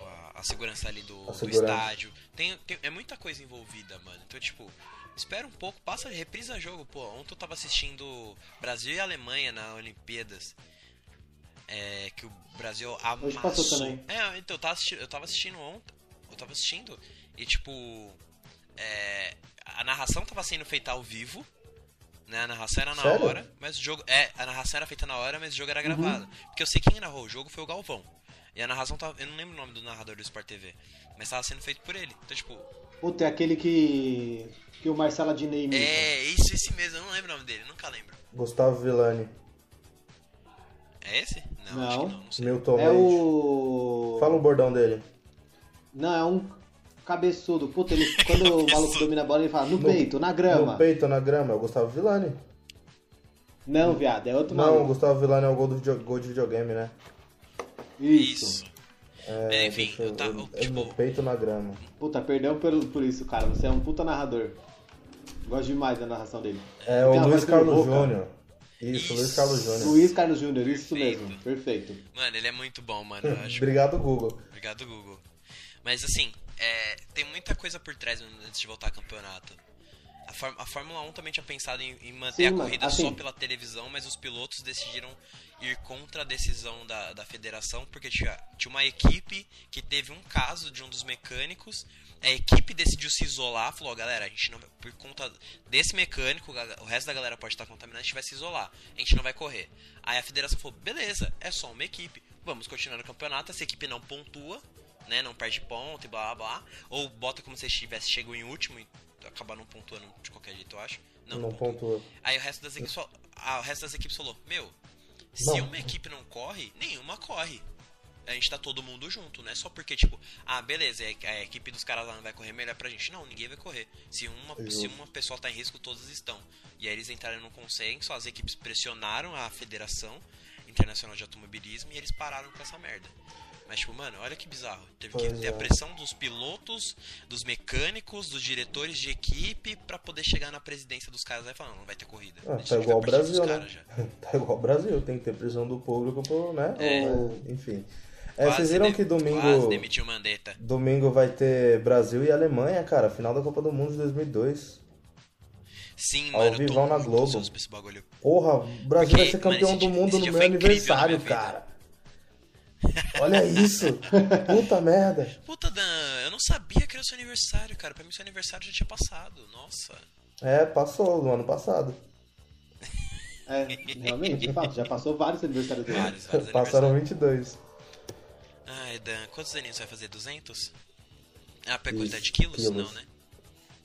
Speaker 2: a, a segurança ali do,
Speaker 4: A
Speaker 2: do
Speaker 4: segurança.
Speaker 2: estádio. Tem, tem- é muita coisa envolvida, mano. Então, tipo, Espera um pouco, passa, reprisa jogo, pô. Ontem eu tava assistindo Brasil e Alemanha na Olimpíadas. É, que o Brasil amassou.
Speaker 3: Hoje passou também.
Speaker 2: É, então, eu tava assistindo, eu tava assistindo ontem. Eu tava assistindo e, tipo, é, a narração tava sendo feita ao vivo. Né? A narração era na
Speaker 4: Sério?
Speaker 2: hora, mas o jogo. É, a narração era feita na hora, mas o jogo
Speaker 3: Uhum.
Speaker 2: era gravado. Porque eu sei quem narrou o jogo foi o Galvão. E a narração tava. Eu não lembro o nome do narrador do Sport TV, mas tava sendo feito por ele. Então, tipo,
Speaker 3: Puta, é aquele que. que o Marcelo Adinei imita.
Speaker 2: é isso, esse mesmo, eu não lembro o nome dele, nunca lembro.
Speaker 4: Gustavo Villani,
Speaker 2: É esse? Não,
Speaker 3: Não.
Speaker 2: acho que não, não sei.
Speaker 4: Milton
Speaker 3: É
Speaker 4: Leite.
Speaker 3: o.
Speaker 4: Fala um bordão dele.
Speaker 3: Não, é um cabeçudo. Puta, ele, quando o maluco
Speaker 2: Cabeçudo.
Speaker 3: domina a bola, ele fala no,
Speaker 4: No-
Speaker 3: peito, na grama.
Speaker 4: No peito, na grama, é o Gustavo Villani.
Speaker 3: Não, viado, é outro
Speaker 4: Não, o
Speaker 3: maluco.
Speaker 4: Gustavo Villani é o gol, do video- gol de videogame, né?
Speaker 3: Isso.
Speaker 2: Isso.
Speaker 4: É,
Speaker 2: Enfim,
Speaker 4: deixa
Speaker 2: eu tava,
Speaker 4: é
Speaker 2: tipo-
Speaker 4: No peito, na grama.
Speaker 3: Puta, perdão por, por isso, cara. Você é um puta narrador. Gosto demais da narração dele.
Speaker 4: É
Speaker 3: Tem
Speaker 4: o
Speaker 3: a voz
Speaker 4: Luiz
Speaker 3: do
Speaker 4: Carlos
Speaker 3: Boca.
Speaker 4: Júnior. Isso, Luiz
Speaker 2: Isso.
Speaker 4: Carlos Júnior.
Speaker 3: Luiz Carlos Júnior, isso
Speaker 2: Perfeito.
Speaker 3: mesmo. Perfeito.
Speaker 2: Mano, ele é muito bom, mano. Eu acho.
Speaker 4: Obrigado, Google.
Speaker 2: Obrigado, Google. Mas assim, é, tem muita coisa por trás antes de voltar ao campeonato. A, Fór- a Fórmula 1 também tinha pensado em, em manter
Speaker 3: Sim,
Speaker 2: a
Speaker 3: mano,
Speaker 2: corrida
Speaker 3: assim-
Speaker 2: só pela televisão, mas os pilotos decidiram ir contra a decisão da, da federação, porque tinha, tinha uma equipe que teve um caso de um dos mecânicos. A equipe decidiu se isolar, falou: "Ó, galera, a gente não vai- por conta desse mecânico, ga- o resto da galera pode estar contaminada, a gente vai se isolar, a gente não vai correr. Aí a federação falou: beleza, é só uma equipe, vamos continuar no campeonato. Essa equipe não pontua, né? Não perde ponto e blá blá blá. Ou bota como se estivesse chegou em último e acabar não pontuando de qualquer jeito, eu acho. Não,
Speaker 4: Não,
Speaker 2: não pontua.
Speaker 4: pontua.
Speaker 2: Aí o resto das equipes falou, ah, o resto das equipes falou: "Meu, se
Speaker 4: Não.
Speaker 2: uma equipe não corre, nenhuma corre. A gente tá todo mundo junto, não é só porque tipo, ah, beleza, a- a equipe dos caras lá não vai correr melhor pra gente. Não, ninguém vai correr. Se uma,
Speaker 4: Justo.
Speaker 2: se uma pessoa tá em risco, todas estão. E aí eles entraram no consenso, as equipes pressionaram a Federação Internacional de Automobilismo e eles pararam com essa merda. Mas, tipo, mano, olha que bizarro. Teve que
Speaker 4: Pois
Speaker 2: ter a
Speaker 4: é.
Speaker 2: pressão dos pilotos, dos mecânicos, dos diretores de equipe pra poder chegar na presidência dos caras aí falando, não vai ter corrida.
Speaker 4: Ah,
Speaker 2: A gente
Speaker 4: tá
Speaker 2: vai
Speaker 4: igual ao
Speaker 2: partir dos
Speaker 4: Brasil, né?
Speaker 2: caras já.
Speaker 4: Tá igual ao Brasil, tem que ter prisão do público, por, né?
Speaker 2: É.
Speaker 4: Mas, Enfim. É,
Speaker 2: Quase
Speaker 4: vocês viram
Speaker 2: de-
Speaker 4: que
Speaker 2: Quase
Speaker 4: domingo,
Speaker 2: demitiu o Mandetta.
Speaker 4: domingo vai ter Brasil e Alemanha, cara, final da Copa do Mundo de 2002.
Speaker 2: Sim,
Speaker 4: Ao
Speaker 2: mano, eu tô
Speaker 4: vivão na
Speaker 2: muito
Speaker 4: Globo.
Speaker 2: ansioso pra esse bagulho.
Speaker 4: Porra, o Brasil
Speaker 2: Porque,
Speaker 4: vai ser
Speaker 2: mano,
Speaker 4: campeão
Speaker 2: esse
Speaker 4: do
Speaker 2: dia-
Speaker 4: mundo
Speaker 2: esse
Speaker 4: no
Speaker 2: dia
Speaker 4: meu
Speaker 2: foi incrível
Speaker 4: aniversário,
Speaker 2: na minha vida.
Speaker 4: cara. Olha isso. Puta merda.
Speaker 2: Puta, Dan, eu não sabia que era seu aniversário, cara. Pra mim, seu aniversário já tinha passado. Nossa.
Speaker 4: É, passou no ano passado.
Speaker 3: É, realmente, de fato, já passou vários aniversários dele.
Speaker 2: Vários, vários
Speaker 4: Passaram 22.
Speaker 2: aniversários. Ai, Dan, quantos aninhos você vai fazer? 200? Ah, pegou
Speaker 4: Isso,
Speaker 2: quantidade de quilos?
Speaker 4: quilos.
Speaker 2: Não, né?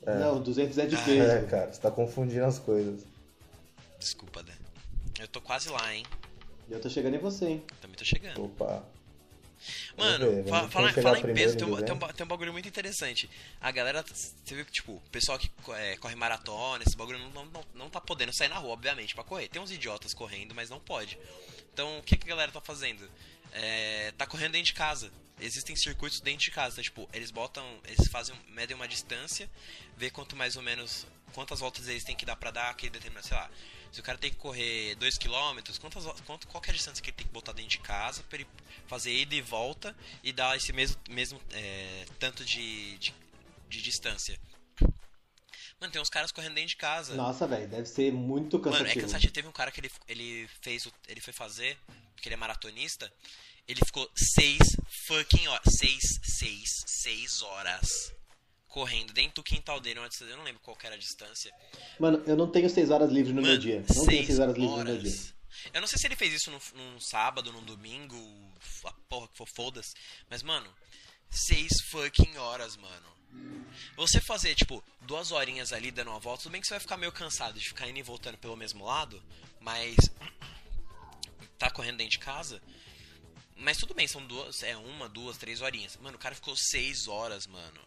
Speaker 3: Não, 200 é de
Speaker 2: Ah,
Speaker 3: peso.
Speaker 4: É, cara, você tá confundindo as coisas.
Speaker 2: Desculpa, Dan. Eu tô quase lá, hein?
Speaker 3: Eu tô chegando em você, hein?
Speaker 2: Também tô chegando.
Speaker 4: Opa. Vamos
Speaker 2: Mano,
Speaker 4: ver,
Speaker 2: fa-
Speaker 4: vamos
Speaker 2: fala,
Speaker 4: chegar
Speaker 2: fala em
Speaker 4: primeiro
Speaker 2: peso,
Speaker 4: em
Speaker 2: tem um, tem, um,
Speaker 4: dezembro.
Speaker 2: ba- tem um bagulho muito interessante. A galera, você viu que, tipo, o pessoal que co- é, corre maratona, esse bagulho não, não, não, não tá podendo sair na rua, obviamente, pra correr. Tem uns idiotas correndo, mas não pode. Então, o que, que a galera tá fazendo? É, tá correndo dentro de casa. Existem circuitos dentro de casa, tá? tipo, eles botam, eles fazem, medem uma distância, vê quanto mais ou menos, quantas voltas eles têm que dar pra dar aquele determinado, sei lá. Se o cara tem que correr 2km, quantas, vo- quanto, qual que é a distância que ele tem que botar dentro de casa pra ele fazer ida e volta e dar esse mesmo, mesmo é, tanto de, de, de distância. Mano, tem uns caras correndo dentro de casa.
Speaker 3: Nossa, velho, deve ser muito
Speaker 2: Mano,
Speaker 3: cansativo.
Speaker 2: é cansativo. Teve um cara que ele, ele fez o- Ele foi fazer, porque ele é maratonista. Ele ficou seis fucking horas. Seis, seis, seis horas correndo dentro do quintal dele. uma distância- Eu não lembro qual que era a distância.
Speaker 3: Mano, eu não tenho 6 horas livres no meu
Speaker 2: Mano,
Speaker 3: dia. Não tenho 6 horas livres no meu dia.
Speaker 2: Eu não sei se ele fez isso num, num sábado, num domingo, a porra que for, foda-se. Mas, mano, seis fucking horas, mano. Você fazer, tipo, duas horinhas ali dando uma volta, tudo bem que você vai ficar meio cansado de ficar indo e voltando pelo mesmo lado, mas. Tá correndo dentro de casa. Mas tudo bem, são duas. É uma, duas, três horinhas. Mano, o cara ficou seis horas, mano.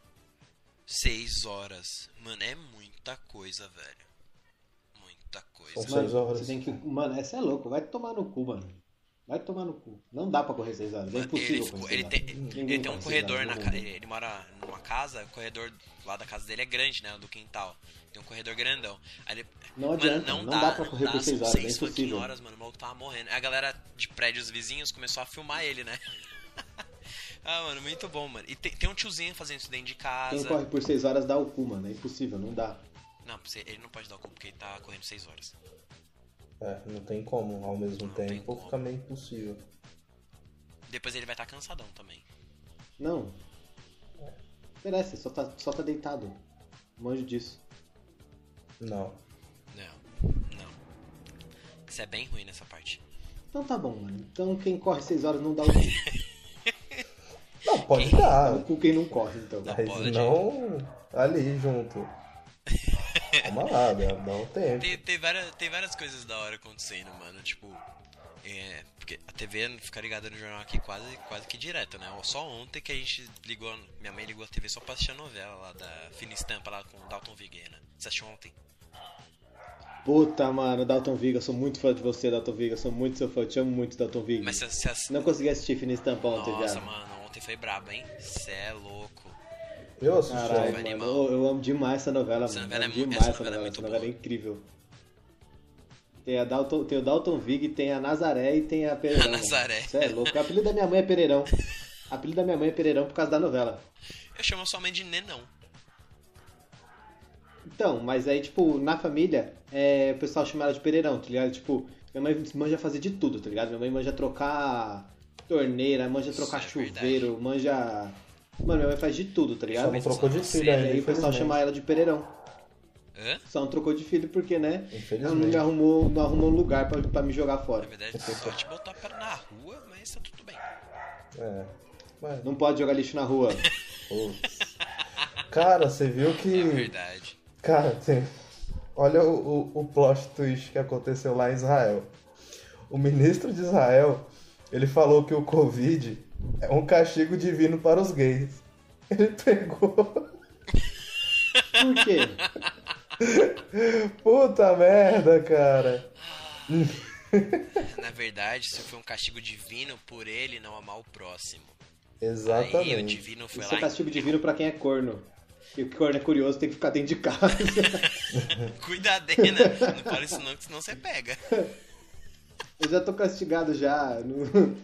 Speaker 2: Seis horas. Mano, é muita coisa, velho. Muita coisa.
Speaker 4: São
Speaker 3: Mano,
Speaker 4: Seis horas.
Speaker 3: você tem que. Mano, essa é louco. Vai tomar no cu, mano. Vai tomar no cu. Não dá pra correr 6 horas. É
Speaker 2: Mano, ele,
Speaker 3: impossível
Speaker 2: ficou-
Speaker 3: correr
Speaker 2: ele
Speaker 3: 6 horas.
Speaker 2: tem,
Speaker 3: Ninguém né?
Speaker 2: ele tem um
Speaker 3: corre seis
Speaker 2: corredor
Speaker 3: horas
Speaker 2: na
Speaker 3: no
Speaker 2: casa.
Speaker 3: mundo.
Speaker 2: Ele mora numa casa, o corredor lá da casa dele é grande, né? Do quintal. Tem um corredor grandão. Aí ele-
Speaker 3: Não adianta,
Speaker 2: mano,
Speaker 3: não dá pra correr por
Speaker 2: dá,
Speaker 3: seis
Speaker 2: são
Speaker 3: horas, é
Speaker 2: seis fucking
Speaker 3: impossível.
Speaker 2: horas, mano. O maluco tava morrendo. Aí A galera de prédios vizinhos começou a filmar ele, né? ah, mano, muito bom, mano. E tem, tem um tiozinho fazendo isso dentro de casa.
Speaker 3: Quem corre por 6 horas dá o cu, mano. É impossível, não dá.
Speaker 2: Não, você- ele não pode dar o cu porque ele tá correndo 6 horas.
Speaker 4: É, não tem como ao mesmo
Speaker 2: Não tem
Speaker 4: tempo,
Speaker 2: como.
Speaker 4: fica meio impossível.
Speaker 2: Depois ele vai estar cansadão também.
Speaker 3: Não. Merece, só tá, só tá deitado. Manjo disso.
Speaker 4: Não.
Speaker 2: Não, não. Isso é bem ruim nessa parte.
Speaker 3: Então tá bom, mano. Então quem corre 6 horas não dá o cu.
Speaker 4: Não, pode
Speaker 3: Dá o
Speaker 4: dar,
Speaker 3: cu quem não corre, então.
Speaker 2: Não
Speaker 4: mas
Speaker 2: pode.
Speaker 4: não ali junto. Calma lá, dá dá um tempo.
Speaker 2: Tem, tem, várias, tem várias coisas da hora acontecendo, mano. Tipo, é. Porque a TV fica ligada no jornal aqui quase, quase que direto, né? Só ontem que a gente ligou. Minha mãe ligou a TV só pra assistir a novela lá da Fina Estampa lá com o Dalton Viguena. Você assistiu ontem?
Speaker 3: Puta, mano, Dalton Viga, eu sou muito fã de você, Dalton Viga. eu Sou muito seu fã, eu te amo muito, Dalton Viga.
Speaker 2: Mas você, você ass-
Speaker 3: Não consegui assistir Fina Estampa ontem,
Speaker 2: Nossa,
Speaker 3: viado.
Speaker 2: mano, ontem foi brabo, hein? Cê é louco.
Speaker 4: Eu assisti.
Speaker 2: Foi
Speaker 3: Caralho, mano,
Speaker 2: é um animal.
Speaker 3: eu, eu amo demais essa novela,
Speaker 2: Essa
Speaker 3: mano.
Speaker 2: novela
Speaker 3: eu amo
Speaker 2: é mu-
Speaker 3: demais
Speaker 2: essa
Speaker 3: essa
Speaker 2: novela é
Speaker 3: novela, essa
Speaker 2: muito
Speaker 3: novela é
Speaker 2: boa.
Speaker 3: incrível. Tem, a Dalton, tem o Dalton Vig, tem a Nazaré e tem a Pereirão. mano.
Speaker 2: Nazaré.
Speaker 3: Cê é louco. O apelido da minha mãe é Pereirão. O apelido da minha mãe é Pereirão por causa da novela.
Speaker 2: Eu chamo sua mãe de Nenão.
Speaker 3: Então, mas aí, tipo, na família, é, o pessoal chama ela de Pereirão, tá ligado? Tipo, minha mãe manja fazer de tudo, tá ligado? Minha mãe manja trocar torneira, manja
Speaker 2: Isso
Speaker 3: trocar
Speaker 2: é
Speaker 3: chuveiro, manja. Mano, minha mãe faz de tudo, tá
Speaker 4: Só
Speaker 3: ligado?
Speaker 4: não
Speaker 3: E
Speaker 4: trocou de
Speaker 2: Você
Speaker 4: filho é, ainda,
Speaker 3: aí o pessoal chama
Speaker 4: infelizmente.
Speaker 3: ela de Pereirão.
Speaker 2: Hã?
Speaker 3: Só não trocou de filho porque, né? Ela não me
Speaker 4: Infelizmente.
Speaker 3: arrumou, não arrumou um lugar pra, pra me jogar
Speaker 2: Na
Speaker 3: fora.
Speaker 2: verdade, só te botar pra na rua, mas tá tudo bem.
Speaker 4: É. Mas,
Speaker 3: Não pode jogar lixo na rua.
Speaker 4: putz. Cara, você viu
Speaker 2: É
Speaker 4: que.
Speaker 2: verdade.
Speaker 4: Cara, tem... olha o, o, o plot twist que aconteceu lá em Israel. O ministro de Israel, ele falou que o Covid é um castigo divino para os gays. Ele pegou.
Speaker 3: Por quê?
Speaker 4: Puta merda, cara.
Speaker 2: Na verdade, isso foi um castigo divino por ele não amar o próximo. Aí o
Speaker 4: Exatamente.
Speaker 2: divino foi
Speaker 3: Isso
Speaker 2: lá.
Speaker 3: é castigo divino pra quem é corno. E o corno é curioso tem que ficar dentro de casa.
Speaker 2: e- Cuida dele, né? Não fala isso não, que senão você pega.
Speaker 3: Eu já tô castigado já. não-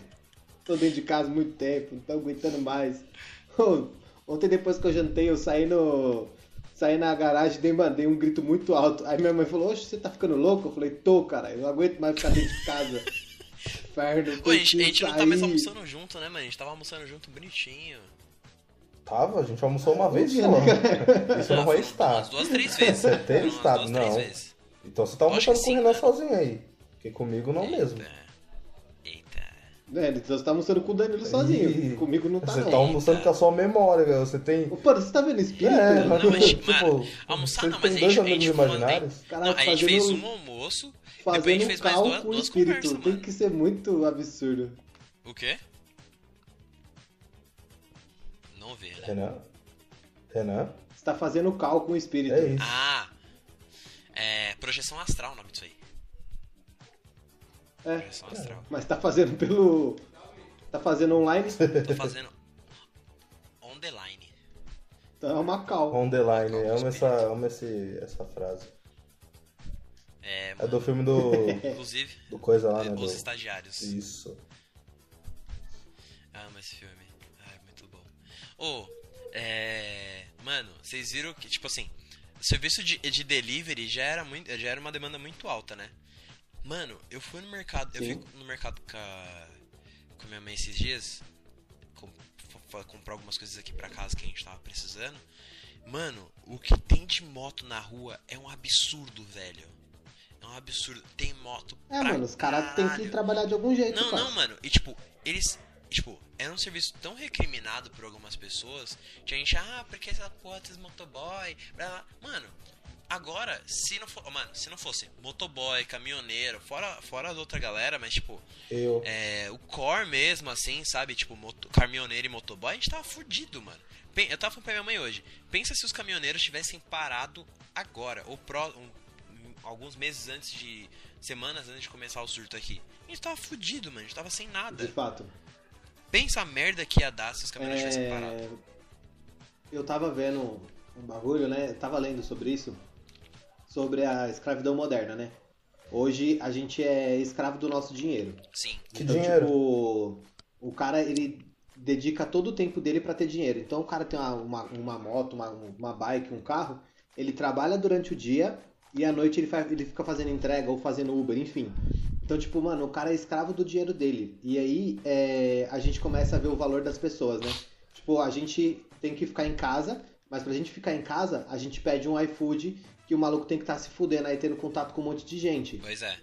Speaker 3: Tô dentro de casa há muito tempo, não tô aguentando mais. Ô, Ontem depois que eu jantei, eu saí no. Saí na garagem dei, mandei um grito muito alto. Aí minha mãe falou, oxe, você tá ficando louco? Eu falei, tô, cara, eu não aguento mais ficar dentro de casa. Inferno,
Speaker 2: Pô, a gente, a
Speaker 3: preciso
Speaker 2: gente não tá mais
Speaker 3: sair."
Speaker 2: almoçando junto, né, mano? A gente tava almoçando junto bonitinho.
Speaker 4: Tava, a gente almoçou uma vez
Speaker 3: dia,
Speaker 4: só. Isso
Speaker 2: Ah,
Speaker 4: não vai
Speaker 2: foram
Speaker 4: estar.
Speaker 2: Umas duas, três vezes.
Speaker 4: Você teve
Speaker 2: Foram umas
Speaker 4: estado?
Speaker 2: duas, três
Speaker 4: Não.
Speaker 2: vezes.
Speaker 4: Então você
Speaker 2: Lógico
Speaker 4: tá almoçando
Speaker 2: que
Speaker 4: com o
Speaker 2: sim, né? É,
Speaker 4: Renan
Speaker 2: cara.
Speaker 4: sozinho aí. Porque comigo não mesmo.
Speaker 2: Eita. Eita.
Speaker 3: É, você tá almoçando com o Danilo sozinho.
Speaker 4: Ih,
Speaker 3: Comigo não tá,
Speaker 4: Você
Speaker 3: não.
Speaker 4: tá almoçando com a sua memória, cara. Você tem.
Speaker 3: Ô, Pano, você tá vendo espírito?
Speaker 4: É,
Speaker 2: Não,
Speaker 4: Tipo,
Speaker 2: mas, mano, almoçar
Speaker 4: vocês
Speaker 2: não, mas
Speaker 4: têm
Speaker 2: a
Speaker 4: dois
Speaker 2: gente, a
Speaker 4: amigos
Speaker 2: gente mantém-
Speaker 4: imaginários?
Speaker 3: Caralho,
Speaker 2: não, a gente fez
Speaker 3: fazendo-
Speaker 2: um almoço, depois a gente
Speaker 3: Fazendo um
Speaker 2: fez mais duas,
Speaker 3: cal com o
Speaker 2: duas
Speaker 3: espírito.
Speaker 2: conversas,
Speaker 3: Tem
Speaker 2: mano.
Speaker 3: que ser muito absurdo.
Speaker 2: O quê? Não vê, né?
Speaker 4: Renan? Renan?
Speaker 3: Você tá fazendo cal com o espírito.
Speaker 4: É isso.
Speaker 2: Ah! É. Projeção astral o nome disso aí.
Speaker 3: É.
Speaker 2: Projeção astral.
Speaker 3: Mas tá fazendo pelo. Tá fazendo online?
Speaker 2: Tô fazendo. On the line.
Speaker 3: Então é uma cal.
Speaker 4: On the line. Eu
Speaker 2: Ah,
Speaker 4: amo essa, amo esse, essa frase.
Speaker 2: É,
Speaker 4: É do filme do.
Speaker 2: inclusive,
Speaker 4: do coisa lá,
Speaker 2: é,
Speaker 4: né?
Speaker 2: Os
Speaker 4: Do...
Speaker 2: Estagiários.
Speaker 4: Isso.
Speaker 2: Amo esse filme. Ai, muito bom. Ô, é. Mano, vocês viram que, tipo assim, serviço de, de delivery já era, muito, já era uma demanda muito alta, né? Mano, eu fui no mercado. Eu
Speaker 3: Sim.
Speaker 2: fui no mercado com, a, com minha mãe esses dias. com- fa- fa- comprar algumas coisas aqui pra casa que a gente tava precisando. Mano, o que tem de moto na rua é um absurdo, velho. É um absurdo. Tem moto.
Speaker 3: É,
Speaker 2: pra
Speaker 3: mano, os caras têm que
Speaker 2: caralho.
Speaker 3: trabalhar de algum jeito,
Speaker 2: Não,
Speaker 3: pai.
Speaker 2: não, mano. E tipo, eles. Tipo, era um serviço tão recriminado por algumas pessoas que a gente, ah, porque essa porra desses motoboy, blá blá. Mano, agora, se não for. Mano, se não fosse motoboy, caminhoneiro, fora, fora as outra galera, mas tipo,
Speaker 4: Eu.
Speaker 2: é, o core mesmo, assim, sabe? Tipo, moto, caminhoneiro e motoboy, a gente tava fudido, mano. Pen- Eu tava falando pra minha mãe hoje. Pensa se os caminhoneiros tivessem parado agora, ou pró- um- um- alguns meses antes de. semanas antes de começar o surto aqui. A gente tava fudido, mano. A gente tava sem
Speaker 3: De
Speaker 2: nada.
Speaker 3: fato.
Speaker 2: Pensa a merda que ia dar se os caminhoneiros tivessem parado.
Speaker 3: É... Eu tava vendo um bagulho, né? Eu tava lendo sobre isso. Sobre a escravidão moderna, né? Hoje a gente é escravo do nosso dinheiro.
Speaker 2: Sim.
Speaker 4: Que
Speaker 3: Então,
Speaker 4: dinheiro.
Speaker 3: tipo, o cara, ele dedica todo o tempo dele pra ter dinheiro. Então, o cara tem uma, uma, uma moto, uma, uma bike, um carro. Ele trabalha durante o dia e à noite ele, faz, ele fica fazendo entrega ou fazendo Uber, enfim. Então, tipo, mano, o cara é escravo do dinheiro dele. E aí é, a gente começa a ver o valor das pessoas, né? Tipo, a gente tem que ficar em casa, mas pra gente ficar em casa, a gente pede um iFood que o maluco tem que estar se fudendo aí, tendo contato com um monte de gente.
Speaker 2: Pois é.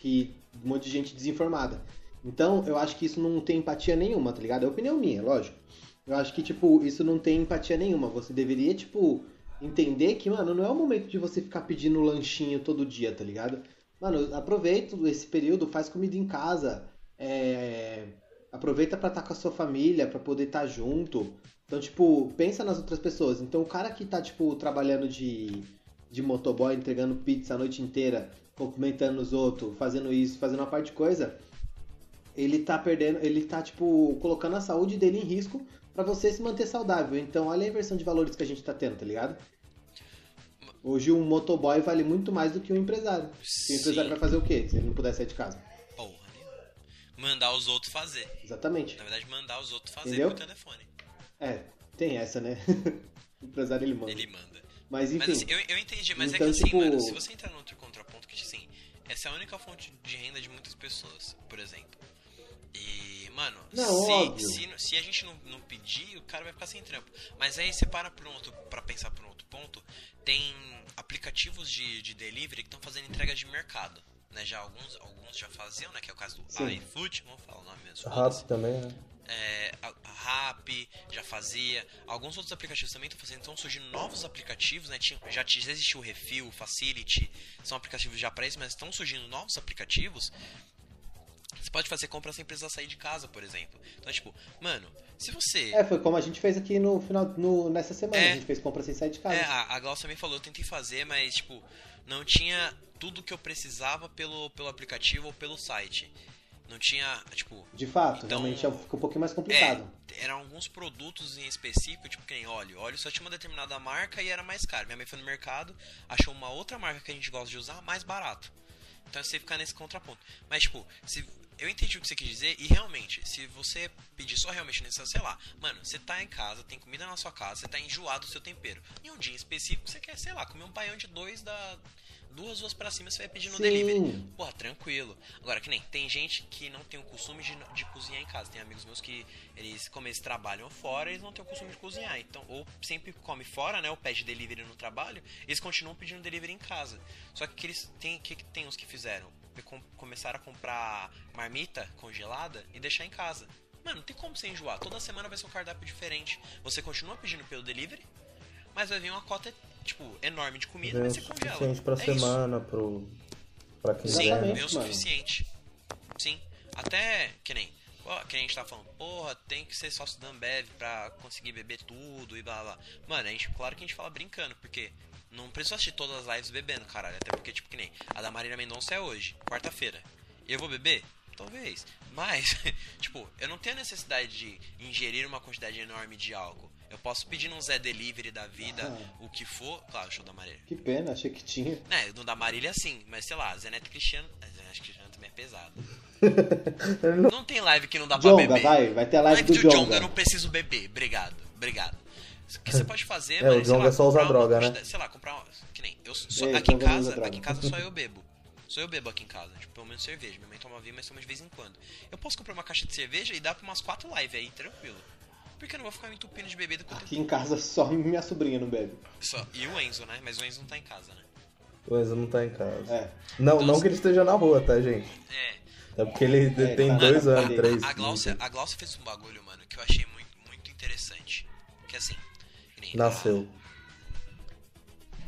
Speaker 3: Que, um monte de gente desinformada. Então, eu acho que isso não tem empatia nenhuma, tá ligado? É opinião minha, lógico. Eu acho que, tipo, isso não tem empatia nenhuma. Você deveria, tipo, entender que, mano, não é o momento de você ficar pedindo lanchinho todo dia, tá ligado? Mano, aproveita esse período, faz comida em casa. É... Aproveita pra estar com a sua família, pra poder estar junto. Então, tipo, pensa nas outras pessoas. Então, o cara que tá, tipo, trabalhando de, de motoboy, entregando pizza a noite inteira, cumprimentando os outros, fazendo isso, fazendo uma parte de coisa, ele tá perdendo, ele tá, tipo, colocando a saúde dele em risco pra você se manter saudável. Então, olha a inversão de valores que a gente tá tendo, tá ligado? Hoje um motoboy vale muito mais do que um empresário. E o empresário
Speaker 2: Sim.
Speaker 3: vai fazer o quê? Se ele não puder sair de casa.
Speaker 2: Porra, né? Mandar os outros fazer.
Speaker 3: Exatamente.
Speaker 2: Na verdade, mandar os outros fazer
Speaker 3: Entendeu?
Speaker 2: pelo telefone.
Speaker 3: É, tem essa, né? o empresário ele manda.
Speaker 2: Ele manda.
Speaker 3: Mas enfim.
Speaker 2: Mas assim, eu, eu entendi, mas
Speaker 3: Então,
Speaker 2: é que assim,
Speaker 3: tipo-
Speaker 2: mano, se você entrar num outro contraponto, que assim, essa é a única fonte de renda de muitas pessoas, por exemplo. E, mano,
Speaker 3: Não,
Speaker 2: se,
Speaker 3: óbvio.
Speaker 2: se, se a gente não, não pedir, o cara vai ficar sem trampo. Mas aí você para por um outro, pra pensar por um outro ponto, tem aplicativos de, de delivery que estão fazendo entrega de mercado. Né, já alguns, alguns já faziam, né? Que é o caso do
Speaker 3: Sim.
Speaker 2: iFood, vamos falar o nome mesmo. tipo, foda-se
Speaker 4: Rápido também, né?
Speaker 2: é, a a Rap já fazia, alguns outros aplicativos também estão fazendo, estão surgindo novos aplicativos, né? Tinha, já, t- já existiu o Refil, o Facility, são aplicativos já para isso, mas estão surgindo novos aplicativos. Você pode fazer compra sem precisar sair de casa, por exemplo. Então, é tipo, mano, se você.
Speaker 3: É, foi como a gente fez aqui no final, no, nessa semana.
Speaker 2: É.
Speaker 3: A gente fez compra sem sair de casa.
Speaker 2: É, a, a Glaucia também falou, eu tentei fazer, mas, tipo, não tinha tudo que eu precisava pelo, pelo aplicativo ou pelo site. Não tinha, tipo,
Speaker 3: De fato,
Speaker 2: Então-
Speaker 3: realmente é- fica um pouquinho mais complicado.
Speaker 2: É, eram alguns produtos em específico, tipo que nem óleo. Óleo só tinha uma determinada marca e era mais caro. Minha mãe foi no mercado, achou uma outra marca que a gente gosta de usar, mais barato. Então você ficar nesse contraponto. Mas, tipo, se. Eu entendi o que você quis dizer e realmente, se você pedir só realmente nessa, sei lá, mano, você tá em casa, tem comida na sua casa, você tá enjoado do seu tempero. Em um dia em específico, você quer, sei lá, comer um baião de dois da. Duas ruas pra cima, você vai pedir no
Speaker 3: Sim.
Speaker 2: delivery. Porra, tranquilo. Agora, que nem, tem gente que não tem o costume de, de cozinhar em casa. Tem amigos meus que eles, como eles trabalham fora, eles não têm o costume de cozinhar. Então, ou sempre come fora, né? Ou pede delivery no trabalho, eles continuam pedindo delivery em casa. Só que, que eles tem, que, que tem uns que fizeram? Com- Começaram a comprar marmita congelada e deixar em casa. Mano, não tem como você enjoar. Toda semana vai ser um cardápio diferente. Você continua pedindo pelo delivery, mas vai vir uma cota, tipo, enorme de comida,
Speaker 4: Vem o
Speaker 2: mas você congela.
Speaker 4: suficiente pra
Speaker 2: é isso.
Speaker 4: semana, pro. pra quem quiser.
Speaker 3: Exatamente.
Speaker 4: né?
Speaker 2: Meu
Speaker 3: mano.
Speaker 2: é suficiente. Sim. Até que nem. ó, Que nem a gente tá falando, porra, tem que ser sócio da Ambev pra conseguir beber tudo e blá blá. blá. Mano, a gente, claro que a gente fala brincando, porque não precisa assistir todas as lives bebendo, caralho. Até porque, tipo, que nem a da Marília Mendonça é hoje, quarta-feira. Eu vou beber? Talvez. Mas, tipo, eu não tenho necessidade de ingerir uma quantidade enorme de álcool. Eu posso pedir num Zé Delivery da vida,
Speaker 3: Ah.
Speaker 2: o que for. Claro, show da Marília.
Speaker 3: Que pena, achei que tinha.
Speaker 2: É, no da Marília sim, mas sei lá, Zeneto Cristiano. ah, Zeneto Cristiano também é pesado. não tem live que não dá pra
Speaker 3: Jonga,
Speaker 2: beber.
Speaker 3: vai, vai ter a live
Speaker 2: live
Speaker 3: do
Speaker 2: do Jonga,
Speaker 3: Jonga.
Speaker 2: eu não preciso beber. Obrigado, obrigado. O que você pode fazer,
Speaker 4: É,
Speaker 2: mano,
Speaker 4: o
Speaker 2: sei
Speaker 4: Jonga
Speaker 2: lá,
Speaker 4: é só usar
Speaker 2: comprar
Speaker 4: droga,
Speaker 2: uma
Speaker 4: né?
Speaker 2: quantidade- Sei lá, comprar uma. Que nem. Eu, só,
Speaker 3: É,
Speaker 2: aqui em
Speaker 3: Jonga não usa
Speaker 2: casa,
Speaker 3: droga.
Speaker 2: aqui em casa só eu bebo. Só eu bebo aqui em casa, tipo, pelo menos cerveja. Minha mãe toma vinho, mas toma de vez em quando. Eu posso comprar uma caixa de cerveja e dar pra umas quatro lives aí, tranquilo. Porque eu não vou ficar me entupindo de bebida com o
Speaker 3: Aqui
Speaker 2: tempo.
Speaker 3: em casa só minha sobrinha não bebe.
Speaker 2: Só- E o Enzo, né? Mas o Enzo não tá em casa, né?
Speaker 4: O Enzo não tá em casa.
Speaker 3: É.
Speaker 4: Não,
Speaker 2: Então
Speaker 4: não que ele esteja na rua, tá, gente?
Speaker 2: É.
Speaker 4: É porque ele
Speaker 3: É,
Speaker 4: tem
Speaker 3: tá na
Speaker 4: dois
Speaker 3: rua
Speaker 4: anos,
Speaker 3: dele.
Speaker 4: três.
Speaker 2: A, a, Glaucia, a Glaucia fez um bagulho, mano, que eu achei muito, muito interessante. Que assim. que nem-
Speaker 4: Nasceu.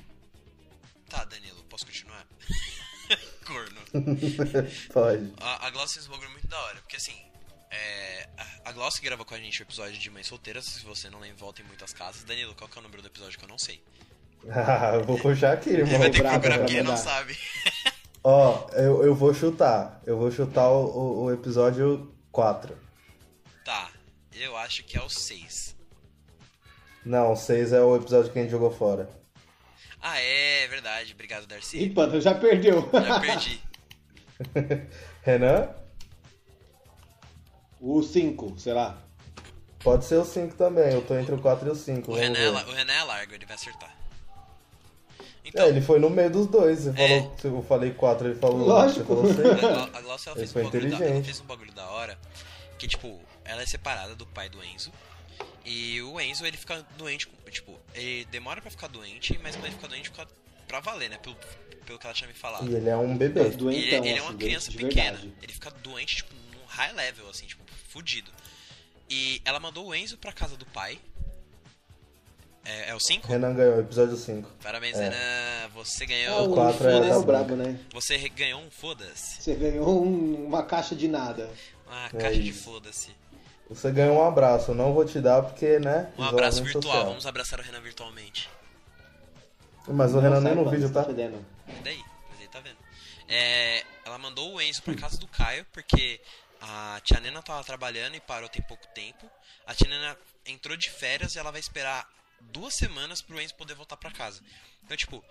Speaker 2: Tá, Danilo, posso continuar? Corno.
Speaker 4: Pode.
Speaker 2: A, a Glaucia fez um bagulho muito da hora, porque assim. É, a- a Glaucia grava com a gente o episódio de Mães Solteiras. Se você não lembra, volta em muitas casas. Danilo, qual que é o número do episódio que eu não sei?
Speaker 4: Ah, eu vou puxar aqui, irmão. né?
Speaker 2: Ele vai ter que
Speaker 3: brabo
Speaker 2: procurar
Speaker 3: pra
Speaker 2: porque ele não
Speaker 3: mandar.
Speaker 2: sabe.
Speaker 4: Ó, eu, eu vou chutar. Eu vou chutar o, o- o episódio 4.
Speaker 2: Tá, eu acho que é o 6.
Speaker 4: Não, 6 é o episódio que a gente jogou fora.
Speaker 2: Ah, é, é verdade. Obrigado, Darcy.
Speaker 3: Ih, mano, já perdeu.
Speaker 2: Já perdi.
Speaker 4: Renan?
Speaker 3: o 5, sei lá.
Speaker 4: Pode ser o 5 também. Eu tô entre o 4 e o 5.
Speaker 2: O
Speaker 4: vamos
Speaker 2: Renan, é
Speaker 4: ver.
Speaker 2: la- o Renan é largo, ele vai acertar. Então,
Speaker 4: É, ele foi no meio dos dois. Você
Speaker 2: É.
Speaker 4: falou, se eu falei quatro, ele falou. um.
Speaker 3: Lógico.
Speaker 4: Você falou seis.
Speaker 2: a Glau- a Glaucia ela
Speaker 4: Ele
Speaker 2: fez,
Speaker 4: foi
Speaker 2: um bagulho da, ela
Speaker 4: inteligente.
Speaker 2: fez um bagulho da hora. Que, tipo, ela é separada do pai do Enzo. E o Enzo, ele fica doente. com- Tipo, ele demora pra ficar doente, mas quando ele fica doente, fica pra valer, né? Pelo, pelo que ela tinha me falado.
Speaker 4: E ele é um bebê.
Speaker 3: Doentão,
Speaker 2: ele, ele é
Speaker 3: assim,
Speaker 2: uma
Speaker 3: doente
Speaker 2: criança
Speaker 3: de
Speaker 2: pequena.
Speaker 3: verdade.
Speaker 2: Ele fica doente, tipo, num high level, assim, tipo, fudido. E ela mandou o Enzo pra casa do pai. É, é o 5?
Speaker 4: Renan ganhou, episódio 5.
Speaker 2: Parabéns,
Speaker 4: É.
Speaker 2: Renan. Você
Speaker 3: Ah,
Speaker 2: ganhou.
Speaker 4: O
Speaker 2: um
Speaker 4: quatro é
Speaker 2: foda-se.
Speaker 3: Renan
Speaker 4: da
Speaker 3: é brabo, né?
Speaker 2: Você re- ganhou um foda-se.
Speaker 3: Você ganhou um- uma caixa de nada.
Speaker 2: Uma
Speaker 4: É
Speaker 2: caixa de
Speaker 4: isso.
Speaker 2: foda-se.
Speaker 4: Você ganhou um abraço, eu não vou te dar porque, né?
Speaker 2: Um abraço
Speaker 4: isolamento
Speaker 2: virtual.
Speaker 4: social.
Speaker 2: Vamos abraçar o Renan virtualmente.
Speaker 4: Mas o
Speaker 3: Não
Speaker 4: Renan
Speaker 3: sai
Speaker 4: nem no
Speaker 3: pra-
Speaker 4: vídeo, tá?
Speaker 3: fedendo.
Speaker 2: E daí? Mas aí tá vendo. É, ela mandou o Enzo pra casa do Caio, porque a tia Nena tava trabalhando e parou tem pouco tempo. A tia Nena entrou de férias e ela vai esperar duas semanas pro Enzo poder voltar pra casa. Então, tipo,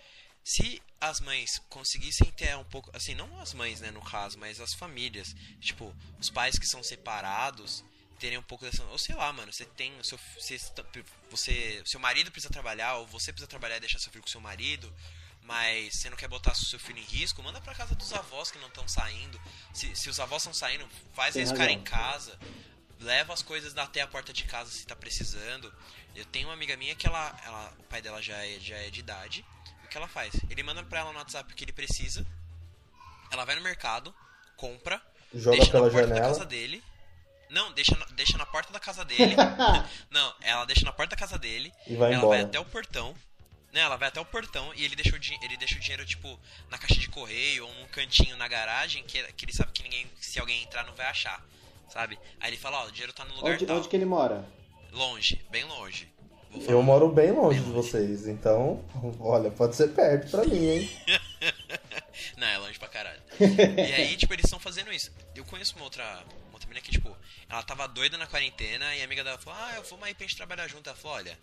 Speaker 2: se as mães conseguissem ter um pouco. Assim, não as mães, né, no caso, mas as famílias. Tipo, os pais que são separados terem um pouco dessa. Ou sei lá, mano, você tem. o Seu, você, você, seu marido precisa trabalhar, ou você precisa trabalhar e deixar seu filho com seu marido, mas você não quer botar seu filho em risco, manda pra casa dos avós que não estão saindo. Se, se os avós estão saindo, faz
Speaker 3: Tem
Speaker 2: eles ficarem em
Speaker 3: razão.
Speaker 2: casa. Leva as coisas até a porta de casa se tá precisando. Eu tenho uma amiga minha que ela. ela- o pai dela já é, já é de idade. O que ela faz? Ele manda pra ela no WhatsApp o que ele precisa. Ela vai no mercado, compra,
Speaker 4: Joga
Speaker 2: deixa
Speaker 4: pela
Speaker 2: na porta da
Speaker 4: janela.
Speaker 2: casa dele. Não, deixa na, deixa na porta da casa dele. não, ela deixa na porta da casa dele.
Speaker 4: E vai
Speaker 2: ela
Speaker 4: embora.
Speaker 2: vai até o portão. Né, ela vai até o portão e ele deixa o, din- ele deixa o dinheiro, tipo, na caixa de correio ou num cantinho na garagem que, que ele sabe que ninguém, se alguém entrar, não vai achar. Sabe? Aí ele fala, ó, o dinheiro tá no lugar
Speaker 3: Onde,
Speaker 2: tal.
Speaker 3: onde que ele mora?
Speaker 2: Longe, bem longe. Vou falar.
Speaker 4: Eu moro bem longe
Speaker 2: Bem
Speaker 4: de
Speaker 2: longe.
Speaker 4: vocês, então, olha, pode ser perto pra mim, hein?
Speaker 2: Não, é longe pra caralho. e aí, tipo, eles estão fazendo isso. Eu conheço uma outra, uma outra menina que, tipo, ela tava doida na quarentena e a amiga dela falou, ah, eu vou mais pra gente trabalhar junto. Ela falou, olha,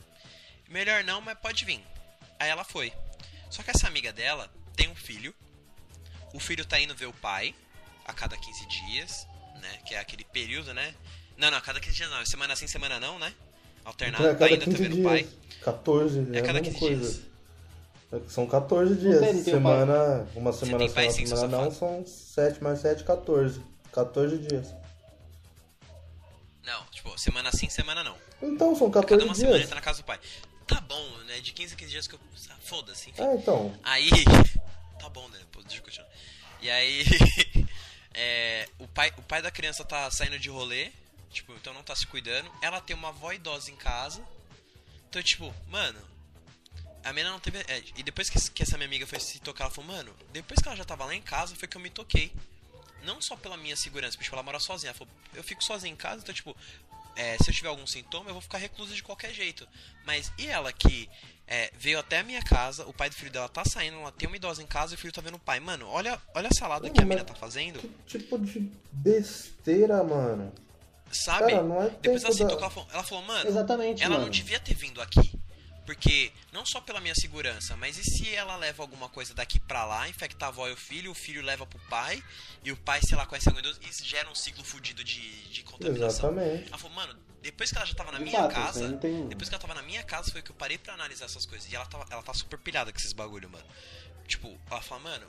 Speaker 2: melhor não, mas pode vir. Aí ela foi. Só que essa amiga dela tem um filho. O filho tá indo ver o pai a cada 15 dias, né? Que é aquele período, né? Não, não, a cada 15 dias não. É Semana sim, semana não, né? Alternado,
Speaker 4: Então, é
Speaker 2: tá
Speaker 4: cada
Speaker 2: ainda tá
Speaker 4: 15
Speaker 2: vendo o pai.
Speaker 4: dias. 14,
Speaker 2: É
Speaker 4: a
Speaker 2: a cada 15
Speaker 4: mesma coisa.
Speaker 2: dias.
Speaker 4: São 14 dias.
Speaker 3: sei, não tem
Speaker 4: semana, uma semana
Speaker 2: tem pai sim,
Speaker 4: sim, uma
Speaker 2: seu
Speaker 4: semana não,
Speaker 2: safado.
Speaker 4: são 7 mais 7, 14. 14 dias.
Speaker 2: Não, tipo, semana sim, semana não.
Speaker 4: Então, são
Speaker 2: Cada
Speaker 4: 14
Speaker 2: uma semana ele
Speaker 4: dias.
Speaker 2: tá na casa do pai. Tá bom, né? De 15 a 15 dias que eu. ah, Foda-se, enfim.
Speaker 4: Ah, então.
Speaker 2: Aí. Tá bom, né? Pô, deixa eu continuar. E aí. é, o, pai, o pai da criança tá saindo de rolê. Tipo, então não tá se cuidando. Ela tem uma avó idosa em casa. Então, tipo, mano. A menina não teve. é, e depois que, que essa minha amiga foi se tocar, ela falou, mano, depois que ela já tava lá em casa, foi que eu me toquei. Não só pela minha segurança, porque tipo, ela mora sozinha. Ela falou, eu fico sozinha em casa, então, tipo, é, se eu tiver algum sintoma, eu vou ficar reclusa de qualquer jeito. Mas e ela que é, veio até a minha casa, o pai do filho dela tá saindo, ela tem uma idosa em casa e o filho tá vendo o pai. Mano, olha, olha a salada
Speaker 4: Não,
Speaker 2: que a
Speaker 4: mas-
Speaker 2: mina tá fazendo,
Speaker 4: Que tipo de besteira, mano.
Speaker 2: sabe?
Speaker 4: Cara, não é
Speaker 2: Depois ela
Speaker 4: tempo
Speaker 2: se
Speaker 4: da-
Speaker 2: tocou, ela falou, ela falou, mano,
Speaker 3: Exatamente,
Speaker 2: ela
Speaker 3: mano.
Speaker 2: não devia ter vindo aqui. Porque, não só pela minha segurança, mas e se ela leva alguma coisa daqui pra lá, infecta a avó e o filho, o filho leva pro pai, e o pai, sei lá, conhece algum idoso, isso gera um ciclo fudido de, de contaminação.
Speaker 4: Exatamente.
Speaker 2: Ela falou, mano, depois que ela já tava na
Speaker 3: De
Speaker 2: minha
Speaker 3: fato, isso aí
Speaker 2: casa,
Speaker 3: não tem-
Speaker 2: depois que ela tava na minha casa, foi que eu parei pra analisar essas coisas. E ela, tava, ela tá super pilhada com esses bagulho, mano. Tipo, ela fala, mano,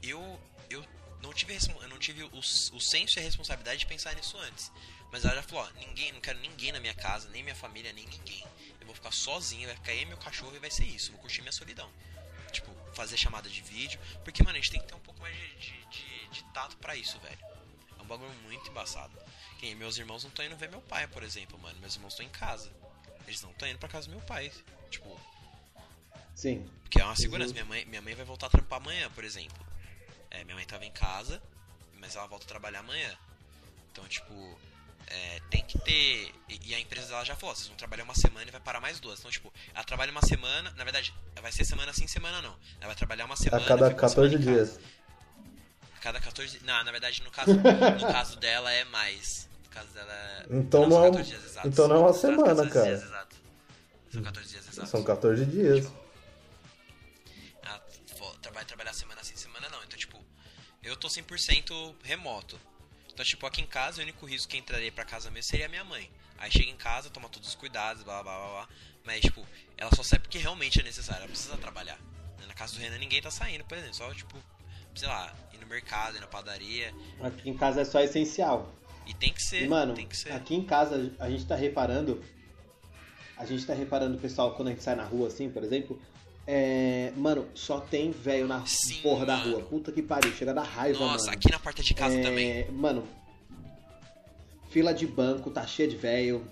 Speaker 2: eu, eu não tive, respon- eu não tive o, o senso e a responsabilidade de pensar nisso antes. Mas ela já falou, ó, ninguém, não quero ninguém na minha casa, nem minha família, nem ninguém. Eu vou ficar sozinho, vai ficar eu e meu cachorro e vai ser isso. Vou curtir minha solidão. Tipo, fazer chamada de vídeo. Porque, mano, a gente tem que ter um pouco mais de, de, de- de tato pra isso, velho. É um bagulho muito embaçado. Quem, meus irmãos não estão indo ver meu pai, por exemplo, mano. Meus irmãos estão em casa. Eles não estão indo pra casa do meu pai. Tipo,
Speaker 3: Sim.
Speaker 2: porque é uma
Speaker 4: Uhum.
Speaker 2: segurança. Minha mãe, minha mãe vai voltar a trampar amanhã, por exemplo. É, minha mãe tava em casa, mas ela volta a trabalhar amanhã. Então, tipo, é, tem que ter. E, e a empresa dela já falou: ó, vocês vão trabalhar uma semana e vai parar mais duas. Então, tipo, ela trabalha uma semana. Na verdade, vai ser semana sim, semana não. Ela vai trabalhar uma
Speaker 4: A
Speaker 2: semana.
Speaker 4: cada
Speaker 2: fica uma semana
Speaker 4: 14
Speaker 2: em casa.
Speaker 4: dias.
Speaker 2: A cada 14. Não, na verdade, no caso, no caso dela é mais. No caso dela é.
Speaker 4: Então
Speaker 2: são
Speaker 4: não é um-
Speaker 2: 14 dias exatos.
Speaker 4: então não é uma
Speaker 2: São
Speaker 4: semana,
Speaker 2: 14
Speaker 4: cara. Hum.
Speaker 2: Dias, exato. São 14 dias exatos.
Speaker 4: São 14 dias.
Speaker 2: Ah, vou- tra- vai trabalhar semana sim, semana não. Então, tipo, eu tô 100% remoto. Então, tipo, aqui em casa, o único risco que entraria pra casa mesmo seria a minha mãe. Aí chega em casa, toma todos os cuidados, blá blá blá blá. blá. Mas, tipo, ela só sai porque realmente é necessário. Ela precisa trabalhar. Na casa do Renan ninguém tá saindo, por exemplo. Só, tipo, sei lá, ir no mercado, ir na padaria.
Speaker 3: Aqui em casa é só essencial.
Speaker 2: E tem que ser,
Speaker 3: E, mano,
Speaker 2: tem que ser.
Speaker 3: aqui em casa a gente tá reparando. A gente tá reparando, pessoal, quando a gente sai na rua, assim, por exemplo. É, mano, só tem velho na
Speaker 2: Sim,
Speaker 3: porra da
Speaker 2: mano.
Speaker 3: rua. Puta que pariu, chega da é raiva,
Speaker 2: Nossa,
Speaker 3: mano.
Speaker 2: aqui na porta de casa
Speaker 3: É,
Speaker 2: também.
Speaker 3: Mano, fila de banco, tá cheia de velho.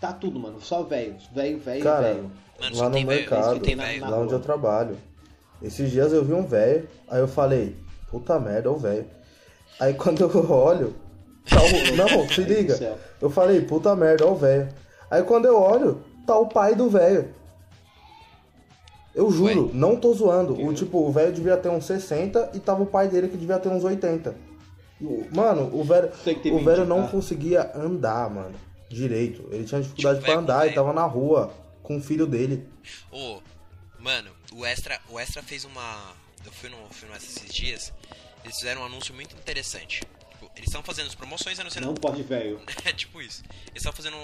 Speaker 3: Tá tudo, mano. Só velho. Velho, velho,
Speaker 4: Cara,
Speaker 3: velho.
Speaker 2: Mano,
Speaker 4: lá
Speaker 2: só
Speaker 4: no
Speaker 2: tem velho,
Speaker 4: mercado,
Speaker 2: só tem velho.
Speaker 4: lá onde eu trabalho. Esses dias eu vi um velho, aí eu falei, puta merda, é o velho. Aí quando eu olho, tá o... não, se
Speaker 3: Meu Deus do
Speaker 4: liga.
Speaker 3: céu.
Speaker 4: Eu falei, puta merda, ó o velho. Aí quando eu olho, tá o pai do velho. Eu juro, não tô zoando. O tipo, o velho devia ter uns 60 e tava o pai dele que devia ter uns 80. O- Mano, o velho,
Speaker 3: Tem que ter
Speaker 4: o velho
Speaker 3: 20,
Speaker 4: não
Speaker 3: tá?
Speaker 4: conseguia andar, mano, direito. Ele tinha dificuldade
Speaker 2: Tipo,
Speaker 3: é,
Speaker 4: pra
Speaker 2: velho,
Speaker 4: andar e
Speaker 2: velho.
Speaker 4: tava na rua com o filho dele.
Speaker 2: Ô, mano, o Extra, o Extra fez uma. Eu fui no, fui no Extra esses dias. Eles fizeram um anúncio muito interessante. Tipo, eles estão fazendo as promoções anunciando.
Speaker 3: Não pode velho.
Speaker 2: É tipo isso. Eles estão fazendo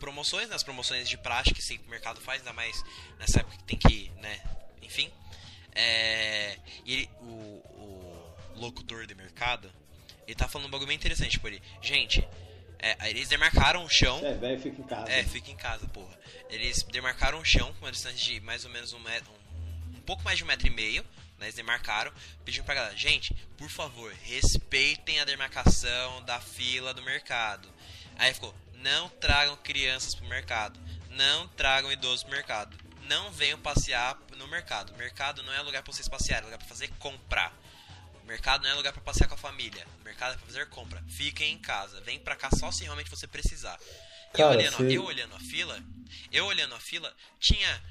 Speaker 2: promoções, nas promoções de prática que sempre o mercado faz, ainda mais nessa época que tem que, né? Enfim. É, e ele, o, o locutor de mercado, ele tá falando um bagulho bem interessante, tipo, ele, gente, é, aí eles demarcaram o chão.
Speaker 3: É, velho, fica em casa.
Speaker 2: É, fica em casa, porra. Eles demarcaram o chão com uma distância de mais ou menos um metro. Um, um pouco mais de um metro e meio. Né, eles demarcaram, pedindo pra galera, gente, por favor, respeitem a demarcação da fila do mercado. Aí ficou, não tragam crianças pro mercado, não tragam idosos pro mercado, não venham passear no mercado. Mercado não é lugar pra vocês passearem, é lugar pra fazer comprar. Mercado não é lugar pra passear com a família. Mercado é pra fazer compra. Fiquem em casa. Vem pra cá só se realmente você precisar. E eu,
Speaker 4: Cara,
Speaker 2: olhando,
Speaker 4: se-
Speaker 2: eu olhando a fila, eu olhando a fila, tinha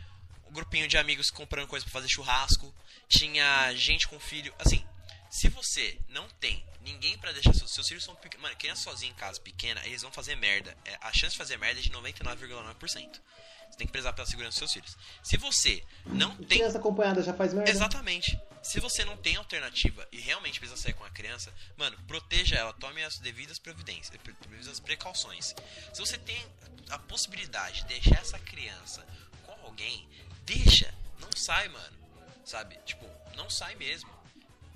Speaker 2: um grupinho de amigos comprando coisa pra fazer churrasco, tinha gente com filho. Assim, se você não tem ninguém pra deixar seus, seus filhos são pequenos. Mano, criança sozinha em casa, pequena, eles vão fazer merda. É, a chance de fazer merda é de 99,9%. Você tem que prezar pela segurança dos seus filhos. Se você não tem
Speaker 3: Criança acompanhada já faz merda.
Speaker 2: Exatamente. Se você não tem alternativa e realmente precisa sair com a criança, mano, proteja ela, tome as devidas providências, pre- devidas precauções. Se você tem a possibilidade de deixar essa criança com alguém, deixa, não sai, mano. Sabe? Tipo, não sai mesmo.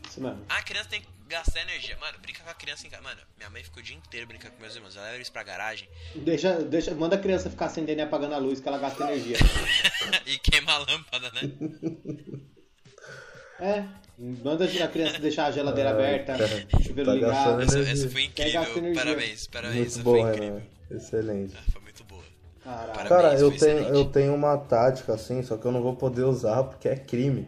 Speaker 3: Isso, mano.
Speaker 2: Ah, a criança tem que gastar energia. Mano, brinca com a criança em casa. Mano, minha mãe ficou o dia inteiro brincando com meus irmãos. Ela leva eles pra garagem
Speaker 3: Deixa, deixa, manda a criança ficar acendendo e apagando a luz que ela gasta energia.
Speaker 2: e queima a lâmpada, né?
Speaker 3: É. Manda a criança deixar a geladeira aberta,
Speaker 4: cara,
Speaker 3: o chuveiro
Speaker 4: É. tá
Speaker 3: ligado.
Speaker 4: gastando-
Speaker 2: Essa, essa foi
Speaker 3: Pega essa
Speaker 2: incrível.
Speaker 3: energia.
Speaker 2: Parabéns, parabéns.
Speaker 4: Muito
Speaker 2: essa
Speaker 4: bom,
Speaker 2: foi
Speaker 4: Renan.
Speaker 2: incrível.
Speaker 4: Excelente.
Speaker 2: Ah, foi muito boa.
Speaker 3: Caralho.
Speaker 2: Parabéns,
Speaker 4: Cara, eu
Speaker 2: foi
Speaker 4: tenho,
Speaker 2: excelente.
Speaker 4: eu tenho uma tática assim, só que eu não vou poder usar porque é crime.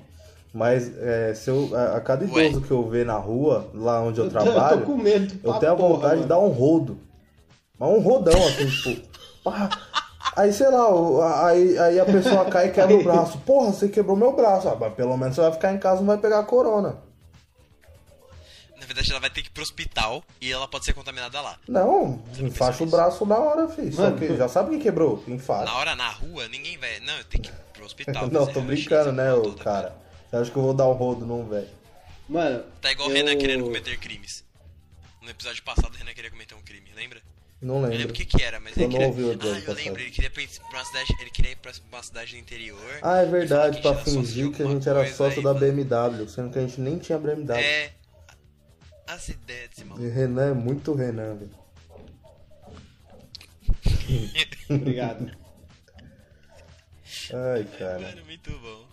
Speaker 4: Mas é, se eu, a, a cada
Speaker 2: Ué.
Speaker 4: idoso que eu ver na rua, lá onde eu,
Speaker 3: Eu tô-
Speaker 4: trabalho,
Speaker 3: eu tô com medo
Speaker 4: eu
Speaker 3: pra
Speaker 4: tenho a
Speaker 3: porra,
Speaker 4: vontade de
Speaker 3: mano.
Speaker 4: dar um rodo. Mas um rodão, assim, tipo. pá. Aí, sei lá, o- a- aí, aí a pessoa cai e quebra o braço. Porra, você quebrou meu braço. Ah, mas pelo menos você vai ficar em casa e não vai pegar corona.
Speaker 2: Na verdade, ela vai ter que ir pro hospital e ela pode ser contaminada lá.
Speaker 4: Não,
Speaker 2: Você não
Speaker 4: enfaixa
Speaker 2: pensa
Speaker 4: o
Speaker 2: nisso?
Speaker 4: braço na hora, filho. Só
Speaker 3: Mano.
Speaker 4: que já sabe que quebrou, enfaixa.
Speaker 2: Na hora, na rua, ninguém vai. Não, eu tenho que ir pro hospital.
Speaker 4: Não,
Speaker 2: fazer
Speaker 4: tô
Speaker 2: raio-x,
Speaker 4: brincando, né,
Speaker 2: essa
Speaker 4: ô,
Speaker 2: porra toda.
Speaker 4: cara. Você acha que eu vou dar um rodo num velho?
Speaker 3: Mano.
Speaker 2: Tá igual o
Speaker 3: eu...
Speaker 2: Renan querendo cometer crimes. No episódio passado, o Renan queria cometer um crime, lembra?
Speaker 4: Não
Speaker 2: Eu
Speaker 4: lembro.
Speaker 2: lembro o que que era, mas ele
Speaker 4: Eu não
Speaker 2: queria...
Speaker 4: ouvi o
Speaker 2: Ah,
Speaker 4: episódio
Speaker 2: eu
Speaker 4: passado.
Speaker 2: lembro, ele queria, pra ir pra uma cidade... ele queria ir pra uma cidade do interior.
Speaker 4: Ah, é
Speaker 2: e falar
Speaker 4: verdade,
Speaker 2: que
Speaker 4: pra
Speaker 2: era sócio de
Speaker 4: fingir que a
Speaker 2: alguma
Speaker 4: gente era
Speaker 2: coisa,
Speaker 4: sócio
Speaker 2: aí
Speaker 4: da
Speaker 2: fala-
Speaker 4: BMW, sendo que a gente nem tinha BMW.
Speaker 2: É... As ideias desse
Speaker 4: E
Speaker 2: maluco.
Speaker 4: Renan é muito Renan, velho.
Speaker 3: Obrigado.
Speaker 4: Ai, cara.
Speaker 2: Mano, muito bom.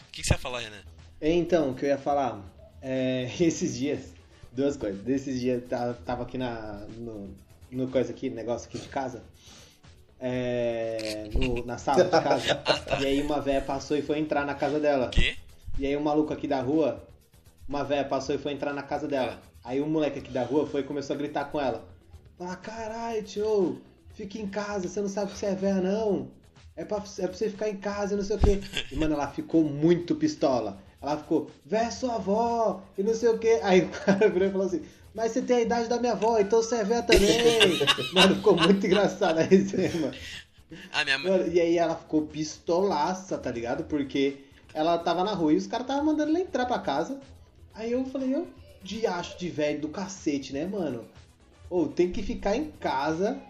Speaker 2: O que, que você ia falar, Renan?
Speaker 3: Então, o que eu ia falar, é, esses dias, duas coisas. Desses dias, tá- tava aqui na, no, no coisa aqui, negócio aqui de casa, é, no- na sala de casa. E aí uma véia passou e foi entrar na casa dela.
Speaker 2: O quê?
Speaker 3: E aí um maluco aqui da rua, uma véia passou e foi entrar na casa dela. Aí um moleque aqui da rua foi e começou a gritar com ela. Falar, caralho, tio, fica em casa, você não sabe que você é véia, não. É pra, é pra você ficar em casa, não sei o quê. E, mano, ela ficou muito pistola. Ela ficou, véia é sua avó, e não sei o quê. Aí o cara virou e falou assim, mas você tem a idade da minha avó, então você é véia também. mano, ficou muito engraçada a resenha, mano.
Speaker 2: Ah, minha mãe.
Speaker 3: Mano, e aí ela ficou pistolaça, tá ligado? Porque ela tava na rua e os caras tava mandando ela entrar pra casa. Aí eu falei, eu de acho de velho do cacete, né, mano? Ou tem que ficar em casa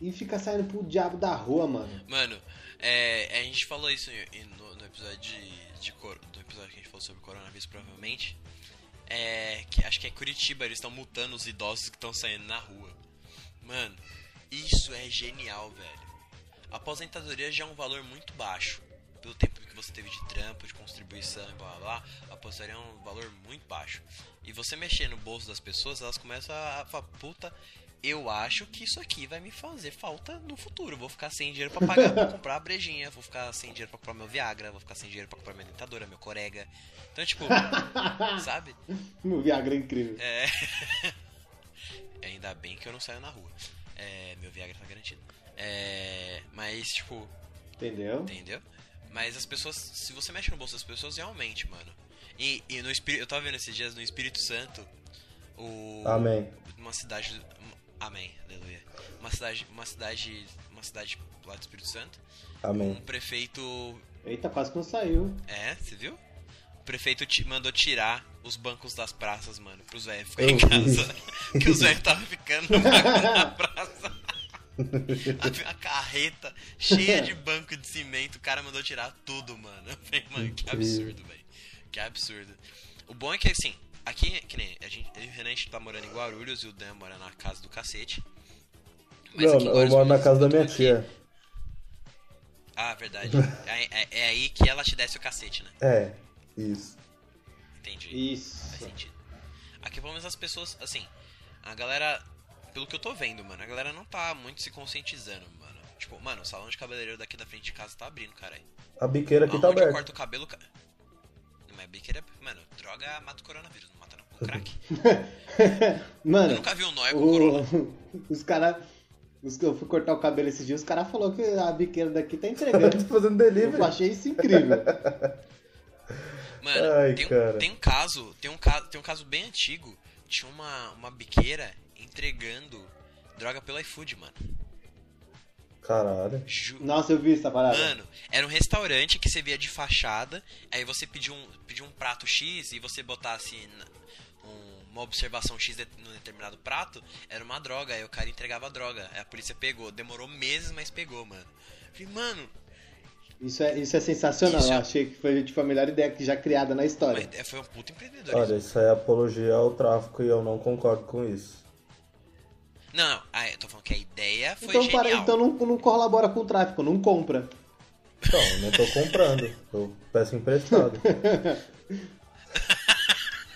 Speaker 3: e ficar saindo pro diabo da rua, mano.
Speaker 2: Mano, É, a gente falou isso em- em- no, no episódio de, de cor- do episódio que a gente falou sobre coronavírus, provavelmente. É, que acho que é Curitiba, eles estão multando os idosos que estão saindo na rua. Mano, isso é genial, velho. A aposentadoria já é um valor muito baixo. Pelo tempo que você teve de trampo, de contribuição e blá blá, blá a aposentadoria é um valor muito baixo. E você mexer no bolso das pessoas, elas começam a a falar, puta, eu acho que isso aqui vai me fazer falta no futuro. Vou ficar sem dinheiro pra pagar, pra comprar a brejinha, vou ficar sem dinheiro pra comprar meu Viagra, vou ficar sem dinheiro pra comprar minha dentadura, meu corega. Então, tipo, sabe?
Speaker 3: O Viagra é incrível.
Speaker 2: É. Ainda bem que eu não saio na rua. É, meu Viagra tá garantido. É, mas, tipo,
Speaker 3: Entendeu?
Speaker 2: entendeu? Mas as pessoas, se você mexe no bolso das pessoas, realmente, mano. E, e no espírito, eu tava vendo esses dias no Espírito Santo, o
Speaker 4: Amém.
Speaker 2: uma cidade um- amém aleluia uma cidade uma cidade uma cidade lá do Espírito Santo um
Speaker 4: Amém.
Speaker 2: prefeito
Speaker 3: Eita, quase que não saiu.
Speaker 2: é você viu o prefeito ti- mandou tirar os bancos das praças mano pros velhos ficar
Speaker 4: Eu
Speaker 2: em
Speaker 4: vi.
Speaker 2: casa que os velhos estavam ficando no banco da praça Havia uma carreta cheia de banco de cimento o cara mandou tirar tudo mano eu falei, mano que absurdo velho que absurdo o bom é que assim aqui que nem a gente eu e o Renan a gente tá morando em Guarulhos e o Dan mora na casa do cacete Mas é
Speaker 4: Não,
Speaker 2: aqui em
Speaker 4: eu
Speaker 2: Guarulhos,
Speaker 4: moro na casa da minha
Speaker 2: aqui-
Speaker 4: tia.
Speaker 2: Ah, verdade. É, é- é aí que ela te desce o cacete, né?
Speaker 4: É, isso.
Speaker 2: Entendi. Faz
Speaker 3: Isso.
Speaker 2: sentido. Aqui, pelo menos, as pessoas, assim, a galera, pelo que eu tô vendo, mano, a galera não tá muito se conscientizando, mano. Tipo, mano, o salão de cabeleireiro daqui da frente de casa tá abrindo, caralho.
Speaker 4: A biqueira aqui tá
Speaker 2: Aonde eu
Speaker 4: aberta.
Speaker 2: corto o cabelo, ca... Mas biqueira, é- mano, droga mata o coronavírus, não mata não, com crack. Eu
Speaker 3: Mano,
Speaker 2: nunca vi um nóia com
Speaker 4: Uh,
Speaker 2: corona.
Speaker 3: o- os caras. Eu fui cortar o cabelo esse dia, os caras falaram que a biqueira daqui tá entregando.
Speaker 4: Tô fazendo
Speaker 3: Eu
Speaker 4: delivery.
Speaker 3: achei isso incrível.
Speaker 2: Mano,
Speaker 4: Ai,
Speaker 2: tem, um-
Speaker 4: cara.
Speaker 2: tem um caso, tem um caso, tem um caso bem antigo, tinha uma, uma biqueira entregando droga pelo iFood, mano.
Speaker 4: Caralho.
Speaker 2: Ju...
Speaker 3: Nossa, eu vi essa parada.
Speaker 2: Mano, era um restaurante que você via de fachada, aí você pediu um, pediu um prato X e você botasse na- um- uma observação X de, num determinado prato, era uma droga, aí o cara entregava a droga, aí a polícia pegou. Demorou meses, mas pegou, mano. Falei, mano,
Speaker 3: Isso, é, isso é sensacional.
Speaker 2: Isso.
Speaker 3: Eu achei que foi tipo, a melhor ideia que já criada na história.
Speaker 2: mas é- foi um puto empreendedor.
Speaker 4: Olha, isso aí é apologia ao tráfico e eu não concordo com isso.
Speaker 2: Não, não, ah, eu tô falando que a ideia foi
Speaker 3: então, para,
Speaker 2: genial.
Speaker 3: então não, não colabora com o tráfico, não compra.
Speaker 4: Então, eu não tô comprando. Eu peço emprestado.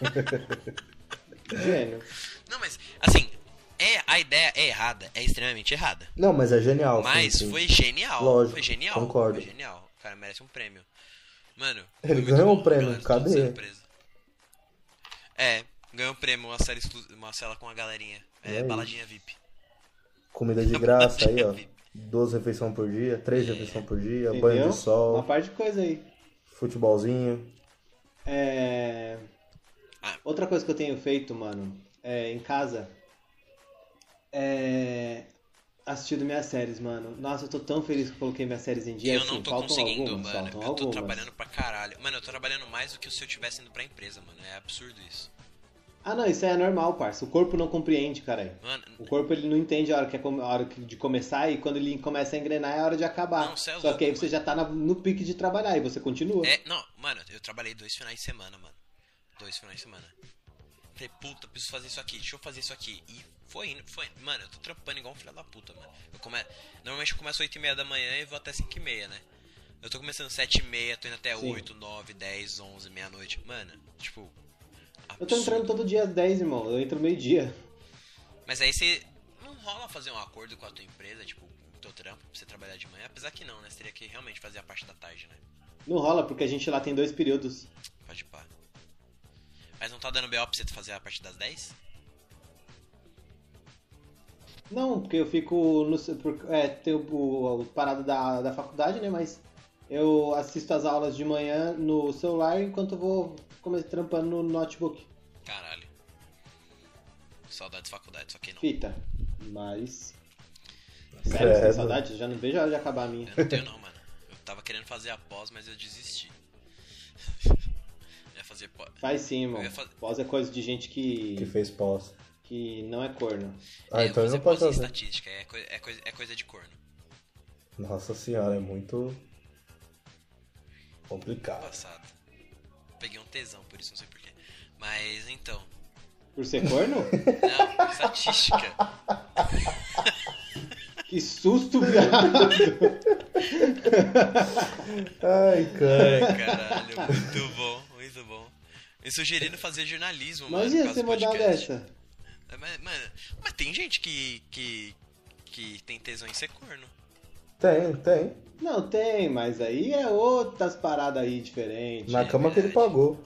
Speaker 2: É.
Speaker 3: Gênio.
Speaker 2: Não, mas, assim, é, a ideia é errada, é extremamente errada.
Speaker 4: Não, mas é genial. sim,
Speaker 2: Mas
Speaker 4: sim.
Speaker 2: foi genial.
Speaker 4: Lógico,
Speaker 2: foi genial.
Speaker 4: concordo.
Speaker 2: Foi genial. O cara merece um prêmio. Mano. foi
Speaker 4: Ele
Speaker 2: muito
Speaker 4: ganhou
Speaker 2: bom,
Speaker 4: um prêmio,
Speaker 2: galera, todos
Speaker 4: cadê?
Speaker 2: sendo presos. É, ganhou um prêmio, uma cela, exclu- uma cela com a galerinha. É,
Speaker 4: É isso.
Speaker 2: baladinha VIP.
Speaker 4: Comida de graça aí, ó. Duas refeições por dia, três refeições por dia, banho
Speaker 3: Entendeu?
Speaker 4: de sol,
Speaker 3: Uma parte de coisa aí.
Speaker 4: futebolzinho.
Speaker 3: É...
Speaker 2: Ah.
Speaker 3: Outra coisa que eu tenho feito, mano, é, em casa, é assistido minhas séries, mano. Nossa, eu tô tão feliz que eu coloquei minhas séries em
Speaker 2: E
Speaker 3: dia.
Speaker 2: eu
Speaker 3: assim,
Speaker 2: não tô
Speaker 3: faltam
Speaker 2: conseguindo,
Speaker 3: algumas,
Speaker 2: mano.
Speaker 3: faltam
Speaker 2: Eu tô
Speaker 3: algumas.
Speaker 2: trabalhando pra caralho. Mano, eu tô trabalhando mais do que se eu tivesse indo pra empresa, mano. É absurdo isso.
Speaker 3: Ah, não, isso aí é normal, parça. O corpo não compreende, caralho.
Speaker 2: Mano,
Speaker 3: O corpo ele não entende a hora, que é com- a hora que- de começar e quando ele começa a engrenar é a hora de acabar.
Speaker 2: Não, cê é
Speaker 3: Só que aí
Speaker 2: louco,
Speaker 3: você já tá na- no pique de trabalhar e você continua.
Speaker 2: É, não, mano, eu trabalhei dois finais de semana, mano. Dois finais de semana. Falei, puta, preciso fazer isso aqui, deixa eu fazer isso aqui. E foi indo, foi indo. Mano, eu tô trampando igual um filho da puta, mano. Eu come... Normalmente eu começo 8 e meia da manhã e vou até 5 e meia, né? Eu tô começando 7 e meia, tô indo até
Speaker 3: Sim.
Speaker 2: 8, 9, 10, 11, meia-noite. Mano, tipo...
Speaker 3: Eu tô entrando
Speaker 2: absurdo.
Speaker 3: todo dia às 10, irmão. Eu entro meio-dia.
Speaker 2: Mas aí você... Não rola fazer um acordo com a tua empresa, tipo, com o teu trampo, pra você trabalhar de manhã. Apesar que não, né? Você teria que realmente fazer a parte da tarde, né?
Speaker 3: Não rola, porque a gente lá tem dois períodos.
Speaker 2: Pode pá. Mas não tá dando BO pra você fazer a partir das 10?
Speaker 3: Não, porque eu fico no. por- É, tem o, o, o parado da, da faculdade, né? Mas eu assisto as aulas de manhã no celular enquanto eu vou come- trampando no notebook.
Speaker 2: Caralho. Saudades de faculdade, só que não.
Speaker 3: Fita. Mas. Sério, você tem
Speaker 4: Credo.
Speaker 3: saudade? Já não vejo a hora de acabar a minha.
Speaker 2: Eu não tenho não, mano. Eu tava querendo fazer a pós, mas eu desisti. eu ia fazer pós.
Speaker 3: Faz sim,
Speaker 2: Eu
Speaker 3: irmão.
Speaker 2: ia fazer-
Speaker 3: Pós é coisa de gente
Speaker 4: Que
Speaker 3: que.
Speaker 4: fez pós.
Speaker 3: que não é corno.
Speaker 4: Ah,
Speaker 2: é,
Speaker 4: então
Speaker 2: eu
Speaker 4: ele
Speaker 2: ia fazer
Speaker 4: não
Speaker 2: pós
Speaker 4: pode
Speaker 2: em
Speaker 4: fazer.
Speaker 2: estatística, é, coi- é coisa, é coisa de corno.
Speaker 4: Nossa senhora, é muito complicado.
Speaker 2: Passado. Peguei um tesão por isso, não sei porquê. Mas então.
Speaker 3: Por ser corno?
Speaker 2: Não, estatística.
Speaker 3: que susto, viado.
Speaker 4: Ai, cara.
Speaker 2: Ai, caralho, muito bom, muito bom. Me sugerindo fazer jornalismo, mano. por
Speaker 3: Imagina
Speaker 2: causa
Speaker 3: você
Speaker 2: do
Speaker 3: mandar
Speaker 2: podcast.
Speaker 3: dessa.
Speaker 2: É, Mas, mano, mas tem gente que, que. que tem tesão em ser corno.
Speaker 4: Tem, tem.
Speaker 3: Não, tem, mas aí é outras paradas aí diferentes.
Speaker 4: Na
Speaker 2: É
Speaker 4: cama que ele
Speaker 2: verdade.
Speaker 4: pagou.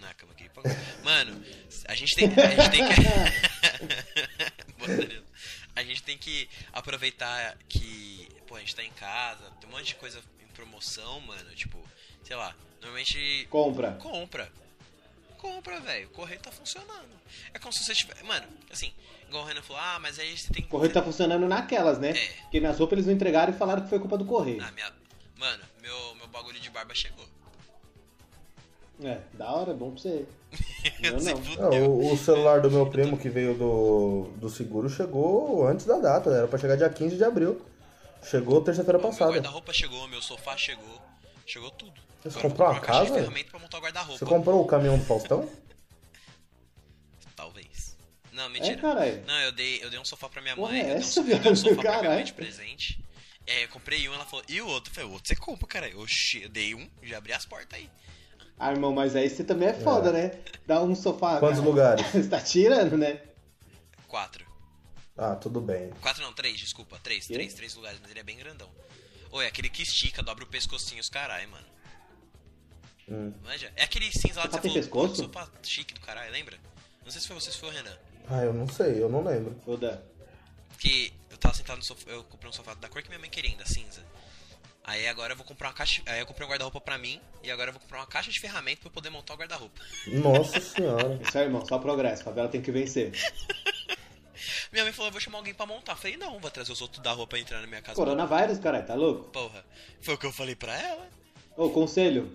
Speaker 2: Na é cama que ele pagou. Mano, a gente tem, a gente tem que. Boa, Danilo. a gente tem que aproveitar que. Pô, a gente tá em casa, tem um monte de coisa em promoção, mano. Tipo, sei lá, normalmente
Speaker 3: Compra.
Speaker 2: Compra. Compra, velho. O correio tá funcionando. É como se você tiver. Mano, assim, igual o Renan falou, ah, mas aí você tem que.
Speaker 3: O correio tá funcionando naquelas, né?
Speaker 2: É.
Speaker 3: Porque nas roupas eles não entregaram e falaram que foi culpa do correio.
Speaker 2: Ah, minha. Mano, meu, meu bagulho de barba chegou.
Speaker 3: É, da hora, bom pra você. Eu
Speaker 2: Se
Speaker 3: não.
Speaker 4: Ah,
Speaker 2: fudeu.
Speaker 4: o, o celular do meu primo que veio do, do seguro chegou antes da data, era pra chegar dia 15 de abril. Chegou terça-feira
Speaker 2: Meu
Speaker 4: passada.
Speaker 2: guarda-roupa chegou, meu sofá chegou. Chegou tudo. Agora
Speaker 4: Você
Speaker 2: eu
Speaker 4: comprou
Speaker 2: vou
Speaker 4: uma
Speaker 2: caixa de
Speaker 4: casa?
Speaker 2: ferramenta pra montar o
Speaker 4: Você
Speaker 2: guarda-roupa.
Speaker 4: comprou o caminhão do Faustão?
Speaker 2: Talvez. Não,
Speaker 3: É,
Speaker 2: mentira.
Speaker 3: caralho.
Speaker 2: Não, eu dei, eu dei um sofá pra minha
Speaker 3: Porra,
Speaker 2: mãe.
Speaker 3: é
Speaker 2: eu, dei um,
Speaker 3: essa,
Speaker 2: so- eu dei um
Speaker 3: viado?
Speaker 2: sofá pra minha mãe
Speaker 3: Caralho.
Speaker 2: de presente. É, eu comprei um, ela falou, e o outro? Eu falei, o outro você compra, cara. Oxi, eu dei um, já abri as portas aí.
Speaker 3: Ah, irmão, mas aí você também é foda, né? Dá um sofá.
Speaker 4: Quantos
Speaker 3: cara.
Speaker 4: lugares?
Speaker 3: Você tá tirando, né?
Speaker 2: Quatro.
Speaker 4: Ah, tudo bem.
Speaker 2: Quatro não, três, desculpa. Três,
Speaker 3: Quê?
Speaker 2: três, três lugares, mas ele é bem grandão. Ou é aquele que estica, dobra o pescocinho, os carai, mano.
Speaker 4: Hum.
Speaker 2: Manja? É aquele cinza lá que
Speaker 3: Sofá
Speaker 2: você
Speaker 3: tem
Speaker 2: falou,
Speaker 3: Tá pescoço?
Speaker 2: puta, sofá chique do caralho, lembra? Não sei se foi você, se foi o Renan.
Speaker 4: Ah, eu não sei, eu não lembro.
Speaker 3: Foda.
Speaker 2: Porque eu tava sentado no sofá, eu comprei um sofá da cor que minha mãe queria ainda, cinza. Aí agora eu vou comprar uma caixa, aí eu comprei um guarda-roupa pra mim, e agora eu vou comprar uma caixa de ferramenta pra eu poder montar o guarda-roupa.
Speaker 4: Nossa senhora.
Speaker 3: Isso aí, irmão, é só progresso. Favela tem que vencer.
Speaker 2: Minha mãe falou, eu vou chamar alguém pra montar. Eu falei, não, vou trazer os outros da roupa pra entrar na minha casa.
Speaker 3: Coronavírus, caralho, tá louco?
Speaker 2: Porra. Foi o que eu falei pra ela.
Speaker 3: Ô, conselho.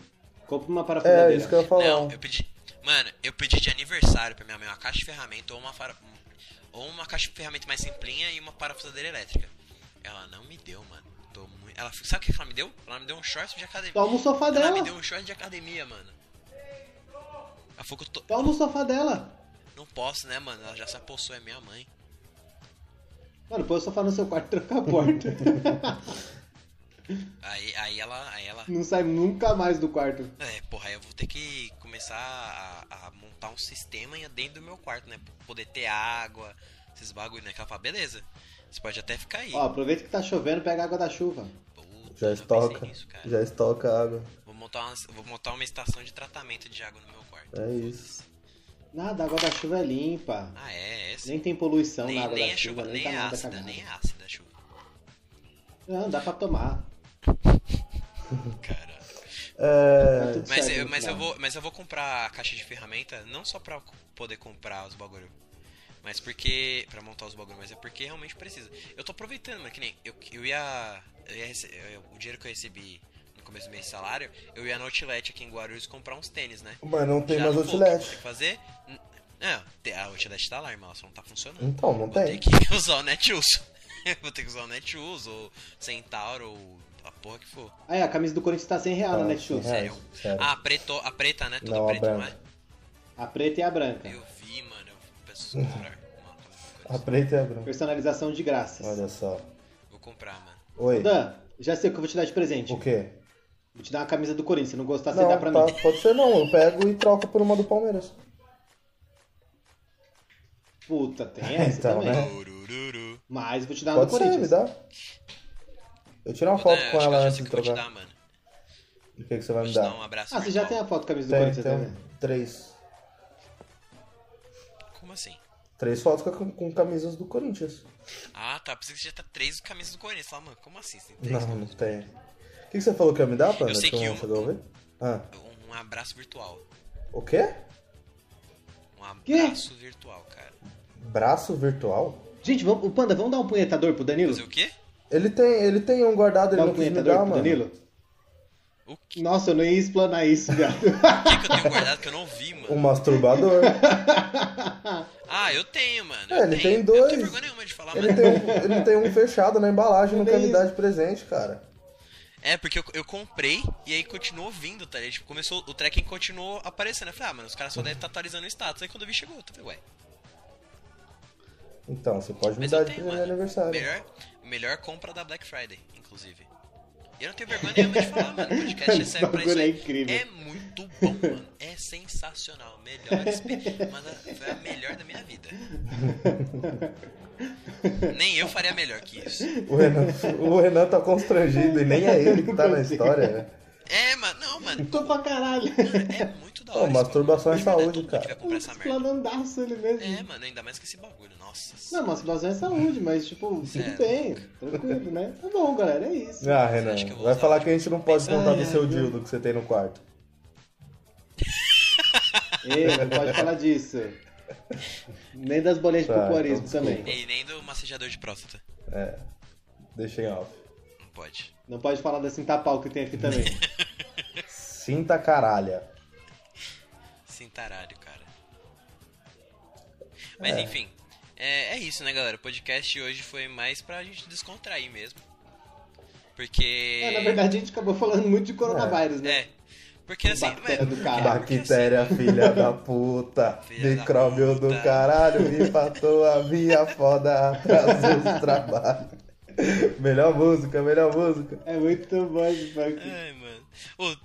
Speaker 3: Compre uma
Speaker 4: É,
Speaker 3: parafusadeira.
Speaker 4: isso que eu ia falar.
Speaker 2: Não, eu pedi. Mano, eu pedi de aniversário pra minha mãe uma caixa de ferramenta ou uma, fara- ou uma caixa de ferramenta mais simplinha e uma parafusadeira elétrica. Ela não me deu, mano. Tô muito... Ela sabe o que que ela me deu? Ela me deu um short de academia.
Speaker 3: Toma o sofá
Speaker 2: ela
Speaker 3: dela.
Speaker 2: me deu um short de academia, mano. Ela falou que eu tô...
Speaker 3: Toma o sofá dela.
Speaker 2: não posso, né, mano? Ela já se apossou, é minha mãe.
Speaker 3: Mano, põe o sofá no seu quarto e tranca a porta.
Speaker 2: Aí, aí ela, aí ela
Speaker 3: não sai nunca mais do quarto.
Speaker 2: É, porra, aí eu vou ter que começar a, a montar um sistema em- dentro do meu quarto, né? Pra Poder ter água, esses bagulho, né? Que ela fala, beleza, você pode até ficar aí.
Speaker 3: Ó, aproveita que tá chovendo, pega a água da chuva.
Speaker 2: Puta,
Speaker 4: Já
Speaker 2: eu
Speaker 4: estoca.
Speaker 2: pensei nisso, cara.
Speaker 4: Já estoca água.
Speaker 2: Vou, montar uma, vou montar uma estação de tratamento de água no meu quarto.
Speaker 4: É isso.
Speaker 3: Nada, a água da chuva é limpa.
Speaker 2: Ah, é, é essa.
Speaker 3: Nem tem poluição
Speaker 2: nem,
Speaker 3: na água
Speaker 2: nem
Speaker 3: da
Speaker 2: é
Speaker 3: chuva,
Speaker 2: chuva,
Speaker 3: nem
Speaker 2: nem
Speaker 3: tá
Speaker 2: é
Speaker 3: nada
Speaker 2: ácida,
Speaker 3: cagado.
Speaker 2: nem é ácida a chuva.
Speaker 3: Não, dá pra tomar.
Speaker 2: Cara.
Speaker 3: Tá
Speaker 4: É.
Speaker 3: tudo
Speaker 2: Mas,
Speaker 3: certo
Speaker 2: eu,
Speaker 3: no
Speaker 2: mas, eu
Speaker 3: final.
Speaker 2: vou, mas eu vou comprar a caixa de ferramenta, não só pra co- poder comprar os bagulho, mas porque. pra montar os bagulho, mas é porque realmente precisa. Eu tô aproveitando, mano, que nem. Eu, eu ia. eu ia rece- eu- o dinheiro que eu recebi no começo do mês de salário, eu ia no outlet aqui em Guarulhos comprar uns tênis, né?
Speaker 4: Mas não tem
Speaker 2: Já
Speaker 4: mais
Speaker 2: não vou, Tem
Speaker 4: outlet.
Speaker 2: que fazer. N- Não, te- a outlet tá lá, irmão, ela só não tá funcionando.
Speaker 4: Então, não
Speaker 2: Vou ter
Speaker 4: tem.
Speaker 2: que usar o Netshoes. Vou ter que usar o Netshoes, ou Centauro, ou a porra que for.
Speaker 3: Aí, a camisa do Corinthians tá 100 real na
Speaker 4: Ah,
Speaker 3: Netshoes.
Speaker 4: cem reais,
Speaker 2: Sério?
Speaker 4: sério.
Speaker 2: Ah, a, preto, a preta, né? Toda
Speaker 4: Não, a
Speaker 2: preta, não é?
Speaker 4: branca.
Speaker 3: A preta e a branca.
Speaker 2: Eu vi, mano. Eu preciso comprar. uma
Speaker 4: A
Speaker 2: coisa.
Speaker 4: preta é a branca.
Speaker 3: Personalização de graças.
Speaker 4: Olha só.
Speaker 2: Vou comprar, mano.
Speaker 4: Oi.
Speaker 3: Dan, já sei o que eu vou te dar de presente.
Speaker 4: O quê?
Speaker 3: Vou te dar uma camisa do Corinthians. Se não gostar, você
Speaker 4: Não,
Speaker 3: dá pra
Speaker 4: tá,
Speaker 3: mim.
Speaker 4: pode ser não. Eu pego e troco por uma do Palmeiras.
Speaker 3: Puta, tem essa
Speaker 4: Então,
Speaker 3: também.
Speaker 4: né?
Speaker 2: Turururu.
Speaker 3: Mas vou te dar uma
Speaker 4: Pode
Speaker 3: do
Speaker 4: ser, me
Speaker 3: Tá Corinthians.
Speaker 4: dá. Eu tiro uma
Speaker 2: Ô,
Speaker 4: foto
Speaker 2: Dan, acho
Speaker 4: com
Speaker 2: que
Speaker 4: ela
Speaker 2: É, eu já
Speaker 4: antes
Speaker 2: sei
Speaker 4: de
Speaker 2: o que eu vou te
Speaker 4: trocar.
Speaker 2: dar, mano.
Speaker 4: O que, que você vai
Speaker 2: Vou
Speaker 4: me
Speaker 2: te dar um
Speaker 4: dar?
Speaker 2: abraço.
Speaker 3: ah, você já tem
Speaker 2: virtual.
Speaker 3: a foto da camisa do
Speaker 4: Tem,
Speaker 3: Corinthians,
Speaker 4: tem.
Speaker 3: né?
Speaker 4: Três.
Speaker 2: Como assim?
Speaker 4: Três fotos com, com camisas do Corinthians.
Speaker 2: Ah, tá. Pensei que você já tá três camisas do Corinthians. Fala, mano, como assim? Você tem três?
Speaker 4: Não, não tem. O que, que você falou que ia me dar, Panda?
Speaker 2: sei que
Speaker 4: eu não
Speaker 2: uma-
Speaker 4: cheguei a ouvir? Ah,
Speaker 2: Um abraço virtual.
Speaker 4: o quê?
Speaker 2: Um abraço virtual, cara.
Speaker 4: Braço virtual?
Speaker 3: Gente, vamos, o Panda, vamos dar um punhetador pro Danilo?
Speaker 2: Fazer o quê?
Speaker 4: Ele tem, ele tem um guardado, ele
Speaker 3: Dá
Speaker 4: não
Speaker 3: um
Speaker 4: quis me
Speaker 3: punhetador
Speaker 4: dar,
Speaker 3: pro
Speaker 4: mano.
Speaker 3: Danilo?
Speaker 2: O que,
Speaker 3: Nossa, eu não ia explanar isso, viado.
Speaker 2: o que que eu tenho guardado que eu não vi,
Speaker 4: Um
Speaker 2: mano?
Speaker 4: masturbador.
Speaker 2: Ah, eu tenho, mano.
Speaker 4: É,
Speaker 2: eu
Speaker 4: ele
Speaker 2: tenho.
Speaker 4: tem
Speaker 2: Eu não
Speaker 4: É, dois.
Speaker 2: tenho vergonha nenhuma de falar falar
Speaker 4: Ele
Speaker 2: mas-
Speaker 4: tem, um, ele tem um fechado na embalagem, não
Speaker 3: Não
Speaker 4: quer
Speaker 3: tem
Speaker 4: me dar de presente, cara.
Speaker 2: É, porque eu, eu comprei e aí continuou vindo, tá ligado? Tipo, começou, o tracking continuou aparecendo. Eu falei, ah, mano, os caras só devem estar atualizando o status. Aí quando eu vi, chegou. Eu falei, ué.
Speaker 4: Então, você pode me
Speaker 2: Mas
Speaker 4: dar
Speaker 2: eu
Speaker 4: de
Speaker 2: tenho,
Speaker 4: presente de
Speaker 2: mano.
Speaker 4: aniversário.
Speaker 2: Melhor, melhor compra da Black Friday, inclusive. E eu não tenho vergonha nenhuma de falar, mano. O podcast
Speaker 3: Esse
Speaker 2: serve pra
Speaker 3: bagulho
Speaker 2: isso
Speaker 3: é
Speaker 2: aí.
Speaker 3: incrível.
Speaker 2: É muito bom, mano. É sensacional. Melhor experiência. Mas a- foi a melhor da minha vida. Nem eu faria melhor que isso.
Speaker 4: O Renan, o Renan tá constrangido e nem é ele que tá na história, né?
Speaker 2: É, mano. Não, mano.
Speaker 3: Tô pra caralho.
Speaker 2: Mano, é muito da
Speaker 4: Pô,
Speaker 2: hora. isso,
Speaker 4: masturbação é
Speaker 2: mano. De verdade,
Speaker 4: saúde,
Speaker 2: todo mundo
Speaker 4: cara.
Speaker 2: que vai comprar essa merda.
Speaker 3: Explanandaço ele mesmo.
Speaker 2: É, mano, ainda mais que esse bagulho. Nossa.
Speaker 3: Não, masturbação é saúde, mas tipo, tudo
Speaker 2: Certo.
Speaker 3: bem, tranquilo, né? Tá bom, galera, é isso.
Speaker 4: Ah,
Speaker 2: acha que
Speaker 4: Renan,
Speaker 2: eu vou
Speaker 4: vai
Speaker 2: usar
Speaker 4: falar
Speaker 2: hoje?
Speaker 4: que a gente não pode contar do
Speaker 3: Ai,
Speaker 4: seu
Speaker 3: ai,
Speaker 4: dildo que você tem no quarto.
Speaker 3: Ei, não pode falar disso. Nem das bolinhas de
Speaker 4: Tá,
Speaker 3: popularismo
Speaker 4: então,
Speaker 3: também.
Speaker 2: E nem do massageador de próstata.
Speaker 4: É. Deixa em off.
Speaker 2: Não pode.
Speaker 3: Não pode falar desse tapau que tem aqui também.
Speaker 4: Sinta caralha.
Speaker 2: Cintaralho, cara. Mas
Speaker 4: É.
Speaker 2: enfim, é, é isso, né, galera? O podcast hoje foi mais pra gente descontrair mesmo. Porque.
Speaker 3: É, na verdade, a gente acabou falando muito de coronavírus, né?
Speaker 2: É. Porque assim.
Speaker 3: Bactéria
Speaker 2: velho,
Speaker 3: do caralho.
Speaker 2: porque, assim,
Speaker 4: Bactéria, filha da puta.
Speaker 2: Filha da
Speaker 4: Micróbio do
Speaker 2: puta.
Speaker 4: caralho, me fatou a minha foda, atrasou o trabalho. Melhor música, melhor música.
Speaker 3: É muito bom esse
Speaker 2: assim,
Speaker 3: funk.
Speaker 2: Ai, mano. Ô,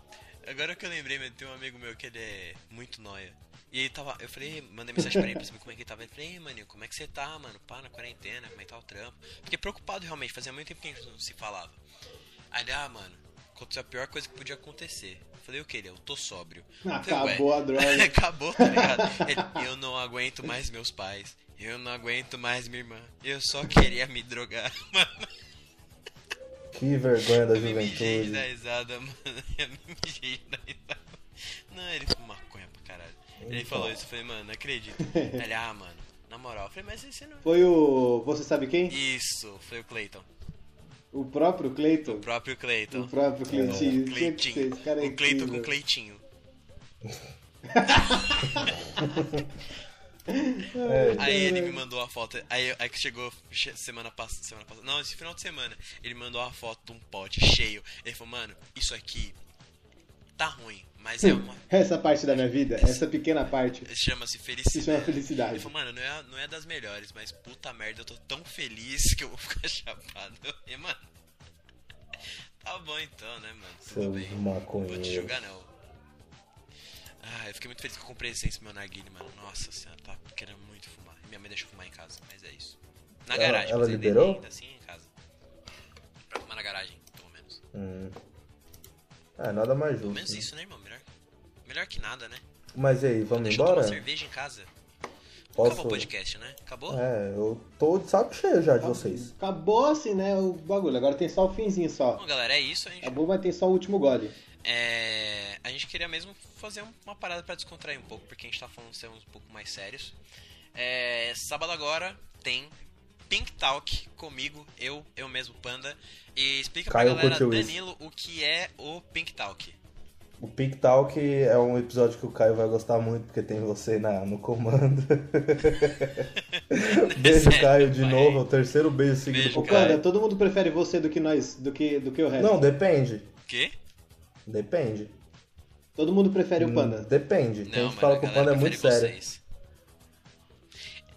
Speaker 2: agora que eu lembrei, meu, tem um amigo meu que ele é muito noia. E ele tava. Eu falei, mandei mensagem pra ele pra saber como é que ele tava. Ele falei, "Ei, maninho, como é que você tá, mano? Pá, na quarentena, como é que tá o trampo? Fiquei preocupado realmente, fazia muito tempo que a gente não se falava. Aí ele, ah, mano, aconteceu a pior coisa que podia acontecer. Eu falei, o que ele? Eu tô sóbrio. Eu falei, "Ué."
Speaker 3: Acabou a droga.
Speaker 2: Acabou, tá ligado? Ele, eu não aguento mais meus pais. Eu não aguento mais minha irmã. Eu só queria me drogar, mano.
Speaker 4: Que vergonha da
Speaker 2: Eu me mijei né? de
Speaker 4: juventude.
Speaker 2: dar risada, mano. Eu me mijei de dar risada. Não, ele fuma maconha pra caralho. Ele
Speaker 4: Então.
Speaker 2: falou isso, eu falei, mano, não acredito. Ele, ah, mano, na moral. Eu falei, mas você não...
Speaker 3: Foi o. Você sabe quem?
Speaker 2: Isso, foi o Cleiton.
Speaker 3: O próprio
Speaker 2: O
Speaker 3: Cleiton.
Speaker 2: próprio
Speaker 3: O
Speaker 2: Cleiton.
Speaker 3: próprio Cleitinho.
Speaker 2: O
Speaker 3: Tinha que ser,
Speaker 2: Cleitinho.
Speaker 3: esse cara é
Speaker 2: O Cleiton com
Speaker 3: incrível.
Speaker 2: o Cleitinho.
Speaker 4: É,
Speaker 2: Aí ele me mandou a foto. Aí, aí que chegou che- semana passada. Semana passada. Não, esse final de semana. Ele mandou a foto de um pote cheio. Ele falou, mano, isso aqui tá ruim, mas é uma.
Speaker 3: Essa parte da minha vida, essa pequena parte,
Speaker 2: Chama-se
Speaker 3: se
Speaker 2: felicidade.
Speaker 4: é
Speaker 3: chama
Speaker 2: Ele
Speaker 3: felicidade.
Speaker 2: falou, mano, não é, não é das melhores, mas puta merda, eu tô tão feliz que eu vou ficar chapado. Eu falei, mano. Tá bom então, né, mano? Tudo
Speaker 4: seus
Speaker 2: bem. Não vou te
Speaker 4: maconheiros.
Speaker 2: julgar, não. Ah, eu fiquei muito feliz que eu comprei esse incenso pro meu narguile, mano. Nossa senhora, tá querendo muito fumar. Minha mãe deixou fumar em casa, mas é isso. Na
Speaker 4: Ela-
Speaker 2: garagem,
Speaker 4: ela
Speaker 2: mas ainda-
Speaker 4: liberou?
Speaker 2: Ainda assim, em casa. Pra fumar na garagem, pelo menos.
Speaker 4: Hum. É, nada mais
Speaker 2: Pelo menos
Speaker 4: justo.
Speaker 2: isso, né, irmão? Melhor, melhor que nada, né?
Speaker 4: Mas e aí, vamos
Speaker 2: Deixa eu tomar
Speaker 4: embora?
Speaker 2: cerveja em casa. Acabou o podcast, né? Acabou?
Speaker 4: É, eu tô de saco cheio já de vocês.
Speaker 3: Acabou assim, né? O bagulho. Agora tem só o finzinho só.
Speaker 2: Bom, galera, é isso, a gente
Speaker 3: Acabou, mas tem só o último gole.
Speaker 2: É, a gente queria mesmo fazer um- uma parada pra descontrair um pouco, porque a gente tá falando de temas um pouco mais sérios. É, sábado agora tem Pink Talk comigo, eu, eu mesmo, Panda. E explica
Speaker 4: Caio
Speaker 2: pra galera,
Speaker 4: curtiu isso.
Speaker 2: Danilo, o que é o Pink Talk.
Speaker 4: O Pink Talk é um episódio que o Caio vai gostar muito, porque tem você na, no comando. beijo,
Speaker 2: Sério,
Speaker 4: Caio, de
Speaker 2: vai.
Speaker 4: novo. é O terceiro beijo seguido
Speaker 2: Beijo,
Speaker 3: Ô,
Speaker 4: pro
Speaker 2: Caio.
Speaker 4: Caio.
Speaker 3: Panda, todo mundo prefere você do que nós, do que, do que o resto.
Speaker 4: Não, depende.
Speaker 2: O quê?
Speaker 4: Depende.
Speaker 3: Todo mundo prefere o
Speaker 4: Hum,
Speaker 3: Panda.
Speaker 4: Depende. Tem
Speaker 2: Não,
Speaker 4: gente que fala
Speaker 2: a
Speaker 4: que o
Speaker 2: galera
Speaker 4: Panda é muito
Speaker 2: prefere
Speaker 4: sério.
Speaker 2: vocês.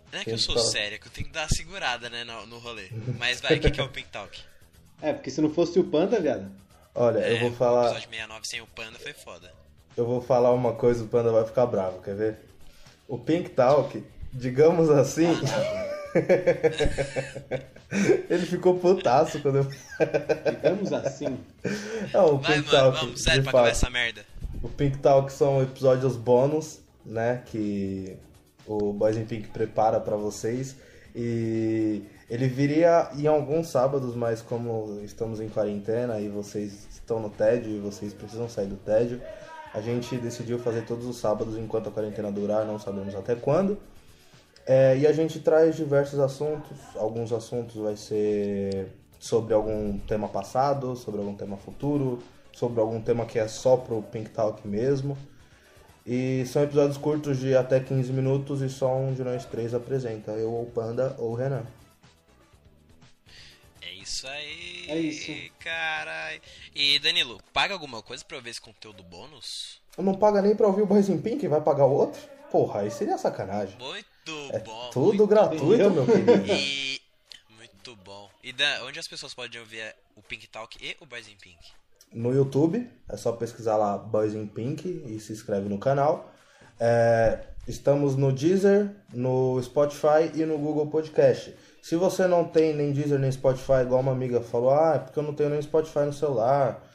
Speaker 2: Não é que
Speaker 4: Quem
Speaker 2: eu sou
Speaker 4: fala?
Speaker 2: sério, é que eu tenho que dar uma segurada, né, no, no rolê. Mas vai, o que, que é o Pink Talk?
Speaker 3: É, porque se não fosse o Panda, viado.
Speaker 4: Olha,
Speaker 2: É,
Speaker 4: eu vou
Speaker 2: O
Speaker 4: falar.
Speaker 2: episódio 69 sem o Panda foi foda.
Speaker 4: Eu vou falar uma coisa, o Panda vai ficar bravo, quer ver? O Pink Talk, digamos assim. Ele ficou putaço quando eu.
Speaker 3: Ficamos assim.
Speaker 4: Não, o
Speaker 2: Vai,
Speaker 4: Pink
Speaker 2: mano,
Speaker 4: Talk.
Speaker 2: vamos, sério,
Speaker 4: de
Speaker 2: pra
Speaker 4: fato.
Speaker 2: acabar essa merda.
Speaker 4: O Pink Talk são episódios bônus, né? Que o Boys in Pink prepara pra vocês. E ele viria em alguns sábados, mas como estamos em quarentena e vocês estão no tédio e vocês precisam sair do tédio, a gente decidiu fazer todos os sábados enquanto a quarentena durar, não sabemos até quando. É, e a gente traz diversos assuntos. Alguns assuntos vai ser sobre algum tema passado, sobre algum tema futuro, sobre algum tema que é só pro Pink Talk mesmo. E são episódios curtos de até 15 minutos e só um de nós três apresenta, eu ou o Panda ou o Renan.
Speaker 2: Isso aí.
Speaker 3: É isso.
Speaker 2: Caralho. E Danilo, paga alguma coisa pra eu ver esse conteúdo bônus?
Speaker 4: Não paga nem pra ouvir o Boys in Pink, vai pagar o outro? Porra, aí seria sacanagem.
Speaker 2: Muito
Speaker 4: É
Speaker 2: bom.
Speaker 4: tudo gratuito,
Speaker 3: entendeu?
Speaker 4: meu querido.
Speaker 2: E. Muito bom. E Dan, onde as pessoas podem ouvir o Pink Talk e o Boys in Pink?
Speaker 4: No YouTube, é só pesquisar lá Boys in Pink e se inscreve no canal. É, estamos no Deezer, no Spotify e no Google Podcast. Se você não tem nem Deezer nem Spotify, igual uma amiga falou, ah, é porque eu não tenho nem Spotify no celular,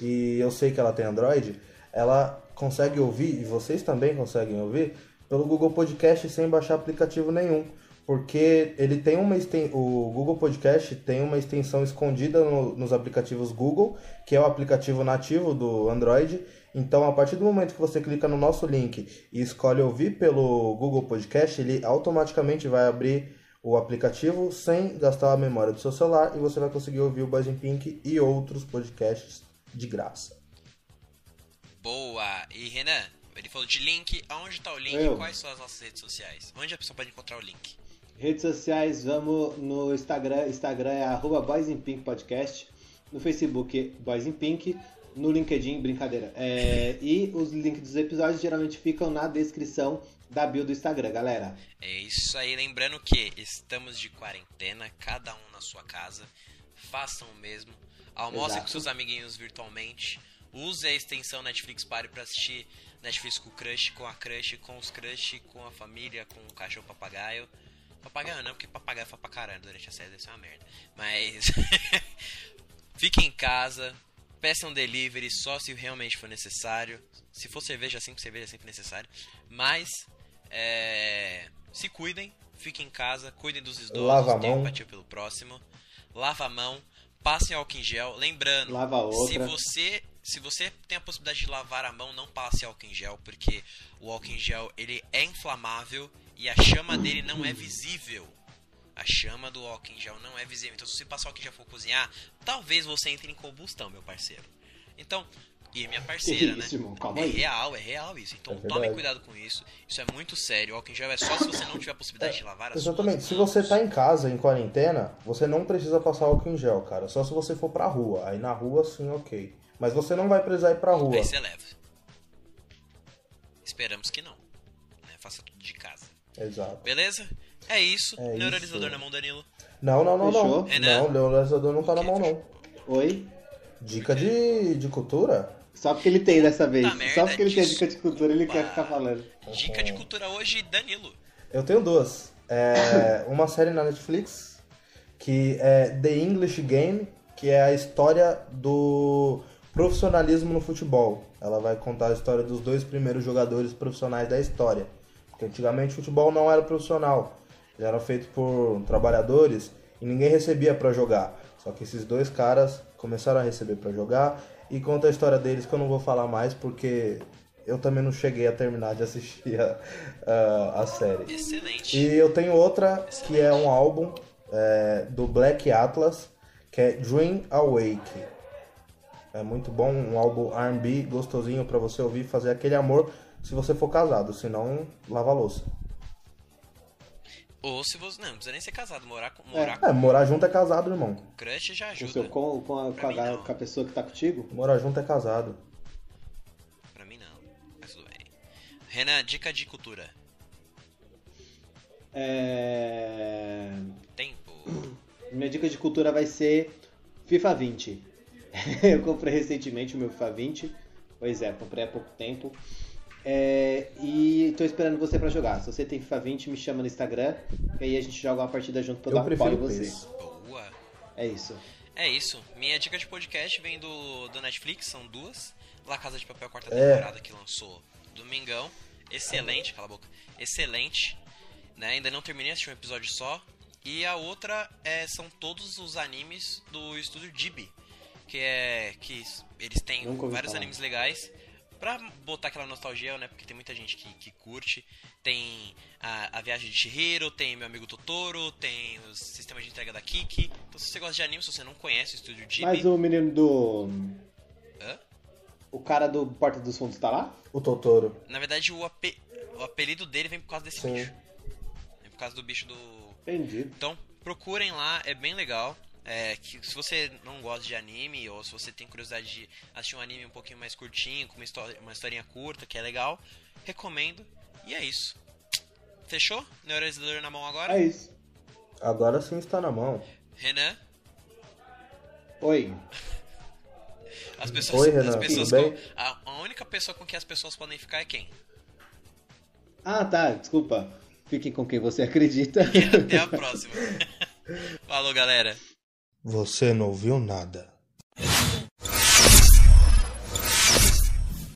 Speaker 4: e eu sei que ela tem Android, ela consegue ouvir, e vocês também conseguem ouvir, pelo Google Podcast sem baixar aplicativo nenhum. Porque ele tem uma exten... o Google Podcast tem uma extensão escondida no- nos aplicativos Google, que é o aplicativo nativo do Android. Então, a partir do momento que você clica no nosso link e escolhe ouvir pelo Google Podcast, ele automaticamente vai abrir o aplicativo sem gastar a memória do seu celular e você vai conseguir ouvir o Buzz in Pink e outros podcasts de graça.
Speaker 2: Boa! E Renan, ele falou de link. Aonde tá o link?
Speaker 3: Eu.
Speaker 2: Quais são as nossas redes sociais? Onde a pessoa pode encontrar o link?
Speaker 3: Redes sociais, vamos no Instagram, Instagram é arroba Boys in Pink Podcast, no Facebook Boys in Pink, no LinkedIn, brincadeira. É, e os links dos episódios geralmente ficam na descrição da bio do Instagram, galera.
Speaker 2: É isso aí, lembrando que estamos de quarentena, cada um na sua casa. Façam o mesmo. Almocem
Speaker 3: Exato.
Speaker 2: com seus amiguinhos virtualmente. Use a extensão Netflix Party pra assistir Netflix com o crush, com a crush, com os crush, com a família, com o cachorro papagaio. Papagaio não, porque papagaio fala pra caralho durante a série, deve ser uma merda. Mas. Fiquem em casa. Peçam delivery só se realmente for necessário. Se for cerveja, sempre cerveja é sempre necessário. Mas. é, Se cuidem. Fiquem em casa. Cuidem dos idosos.
Speaker 4: Lava a
Speaker 2: tenham
Speaker 4: mão.
Speaker 2: empatia pelo próximo. Lava a mão. Passem álcool em gel. Lembrando.
Speaker 3: Lava a
Speaker 2: Se
Speaker 3: outra.
Speaker 2: você, se você tem a possibilidade de lavar a mão, não passe álcool em gel, porque o álcool em gel ele é inflamável e a chama dele não é visível. A chama do álcool em gel não é visível. Então, se você passar o álcool em gel e for cozinhar, talvez você entre em combustão, meu parceiro. Então, e minha parceira,
Speaker 3: Que
Speaker 2: né?
Speaker 3: isso, irmão? Calma
Speaker 2: É
Speaker 3: aí.
Speaker 2: real, é real isso. Então,
Speaker 4: É verdade.
Speaker 2: tome cuidado com isso. Isso é muito sério. O álcool em gel é só se você não tiver a possibilidade
Speaker 3: É,
Speaker 2: de lavar as
Speaker 4: Exatamente. Se
Speaker 2: suas mãos.
Speaker 4: você tá em casa, em quarentena, você não precisa passar álcool em gel, cara. Só se você for pra rua. Aí na rua, sim, ok. Mas você não vai precisar ir pra rua.
Speaker 2: Aí você leva. Esperamos que não. né? Faça tudo de casa.
Speaker 4: Exato.
Speaker 2: Beleza? É isso.
Speaker 4: É
Speaker 2: Neuralizador
Speaker 4: isso.
Speaker 2: na mão, Danilo.
Speaker 4: Não, não, não,
Speaker 3: Fechou?
Speaker 4: não.
Speaker 2: Renan?
Speaker 4: Não, o Leonardo não tá na
Speaker 2: É, né? Ok,
Speaker 4: mão, não.
Speaker 2: É.
Speaker 3: Oi?
Speaker 4: Dica de, de cultura?
Speaker 3: Só porque ele tem dessa vez.
Speaker 2: Puta merda,
Speaker 3: Só porque ele tem a dica de
Speaker 2: desculpa.
Speaker 3: cultura, ele quer ficar falando.
Speaker 4: Tá
Speaker 2: Dica de cultura hoje, Danilo.
Speaker 4: Eu tenho duas. É, uma série na Netflix, que é The English Game, que é a história do profissionalismo no futebol. Ela vai contar a história dos dois primeiros jogadores profissionais da história. Porque antigamente o futebol não era profissional. Ele era feito por trabalhadores e ninguém recebia pra jogar. Só que esses dois caras começaram a receber pra jogar e conta a história deles que eu não vou falar mais porque eu também não cheguei a terminar de assistir a, a- a série.
Speaker 2: Excelente.
Speaker 4: E eu tenho outra que é um álbum é, do Black Atlas, que é Dream Awake. É muito bom, um álbum R&B gostosinho pra você ouvir e fazer aquele amor se você for casado, senão lava a louça.
Speaker 2: Ou se você. Não, não precisa nem ser casado. Morar com, morar
Speaker 4: É, morar junto é casado, irmão.
Speaker 2: com crush já
Speaker 3: Com,
Speaker 2: ajuda.
Speaker 3: seu, com, com, a, com,
Speaker 2: Pra mim,
Speaker 3: a,
Speaker 2: não.
Speaker 3: com a pessoa que tá contigo?
Speaker 4: Morar junto é casado.
Speaker 2: Pra mim não. Mas tudo bem. Renan, dica de cultura.
Speaker 3: É...
Speaker 2: Tempo.
Speaker 3: Minha dica de cultura vai ser FIFA 20. eu comprei recentemente o meu FIFA 20. Pois é, comprei há pouco tempo. É, e tô esperando você pra jogar. Se você tem FIFA 20, me chama no Instagram. E aí a gente joga uma partida junto pra eu
Speaker 4: Eu
Speaker 3: dar um pau em
Speaker 4: prefiro
Speaker 3: você.
Speaker 4: PES.
Speaker 2: Boa.
Speaker 3: É isso.
Speaker 2: É isso. Minha dica de podcast vem do, do Netflix, são duas. La Casa de Papel, quarta
Speaker 4: É.
Speaker 2: temporada, que lançou domingão. Excelente, cala a boca. Excelente. Né? Ainda não terminei, assisti um episódio só. E a outra é, são todos os animes do estúdio Ghibli. Que é. que s- eles têm
Speaker 3: Nunca ouvi
Speaker 2: vários
Speaker 3: falar.
Speaker 2: animes legais. Pra botar aquela nostalgia, né? Porque tem muita gente que, que curte. Tem a, a Viagem de Chihiro, tem Meu Amigo Totoro, tem o Sistema de Entrega da Kiki. Então se você gosta de anime, se você não conhece o estúdio Ghibli...
Speaker 3: Mas o menino do.
Speaker 2: Hã?
Speaker 3: O cara do Porta dos Fundos tá lá?
Speaker 4: O Totoro.
Speaker 2: Na verdade, o, ape- o apelido dele vem por causa desse
Speaker 4: Sim.
Speaker 2: bicho. Vem por causa do bicho do.
Speaker 3: Entendi.
Speaker 2: Então, procurem lá, é bem legal. é, que se você não gosta de anime ou se você tem curiosidade de assistir um anime um pouquinho mais curtinho, com uma, história, uma historinha curta, que é legal, recomendo. E é isso. Fechou? Neuralizador na mão agora?
Speaker 3: É isso.
Speaker 4: Agora sim está na mão.
Speaker 2: Renan?
Speaker 3: Oi.
Speaker 2: As pessoas,
Speaker 4: Oi, Renan,
Speaker 2: as pessoas
Speaker 4: tudo
Speaker 2: com- a, a única pessoa com que as pessoas podem ficar é quem?
Speaker 3: Ah, tá, desculpa. Fiquem com quem você acredita.
Speaker 2: E até a próxima. Falou, galera.
Speaker 4: Você não viu nada.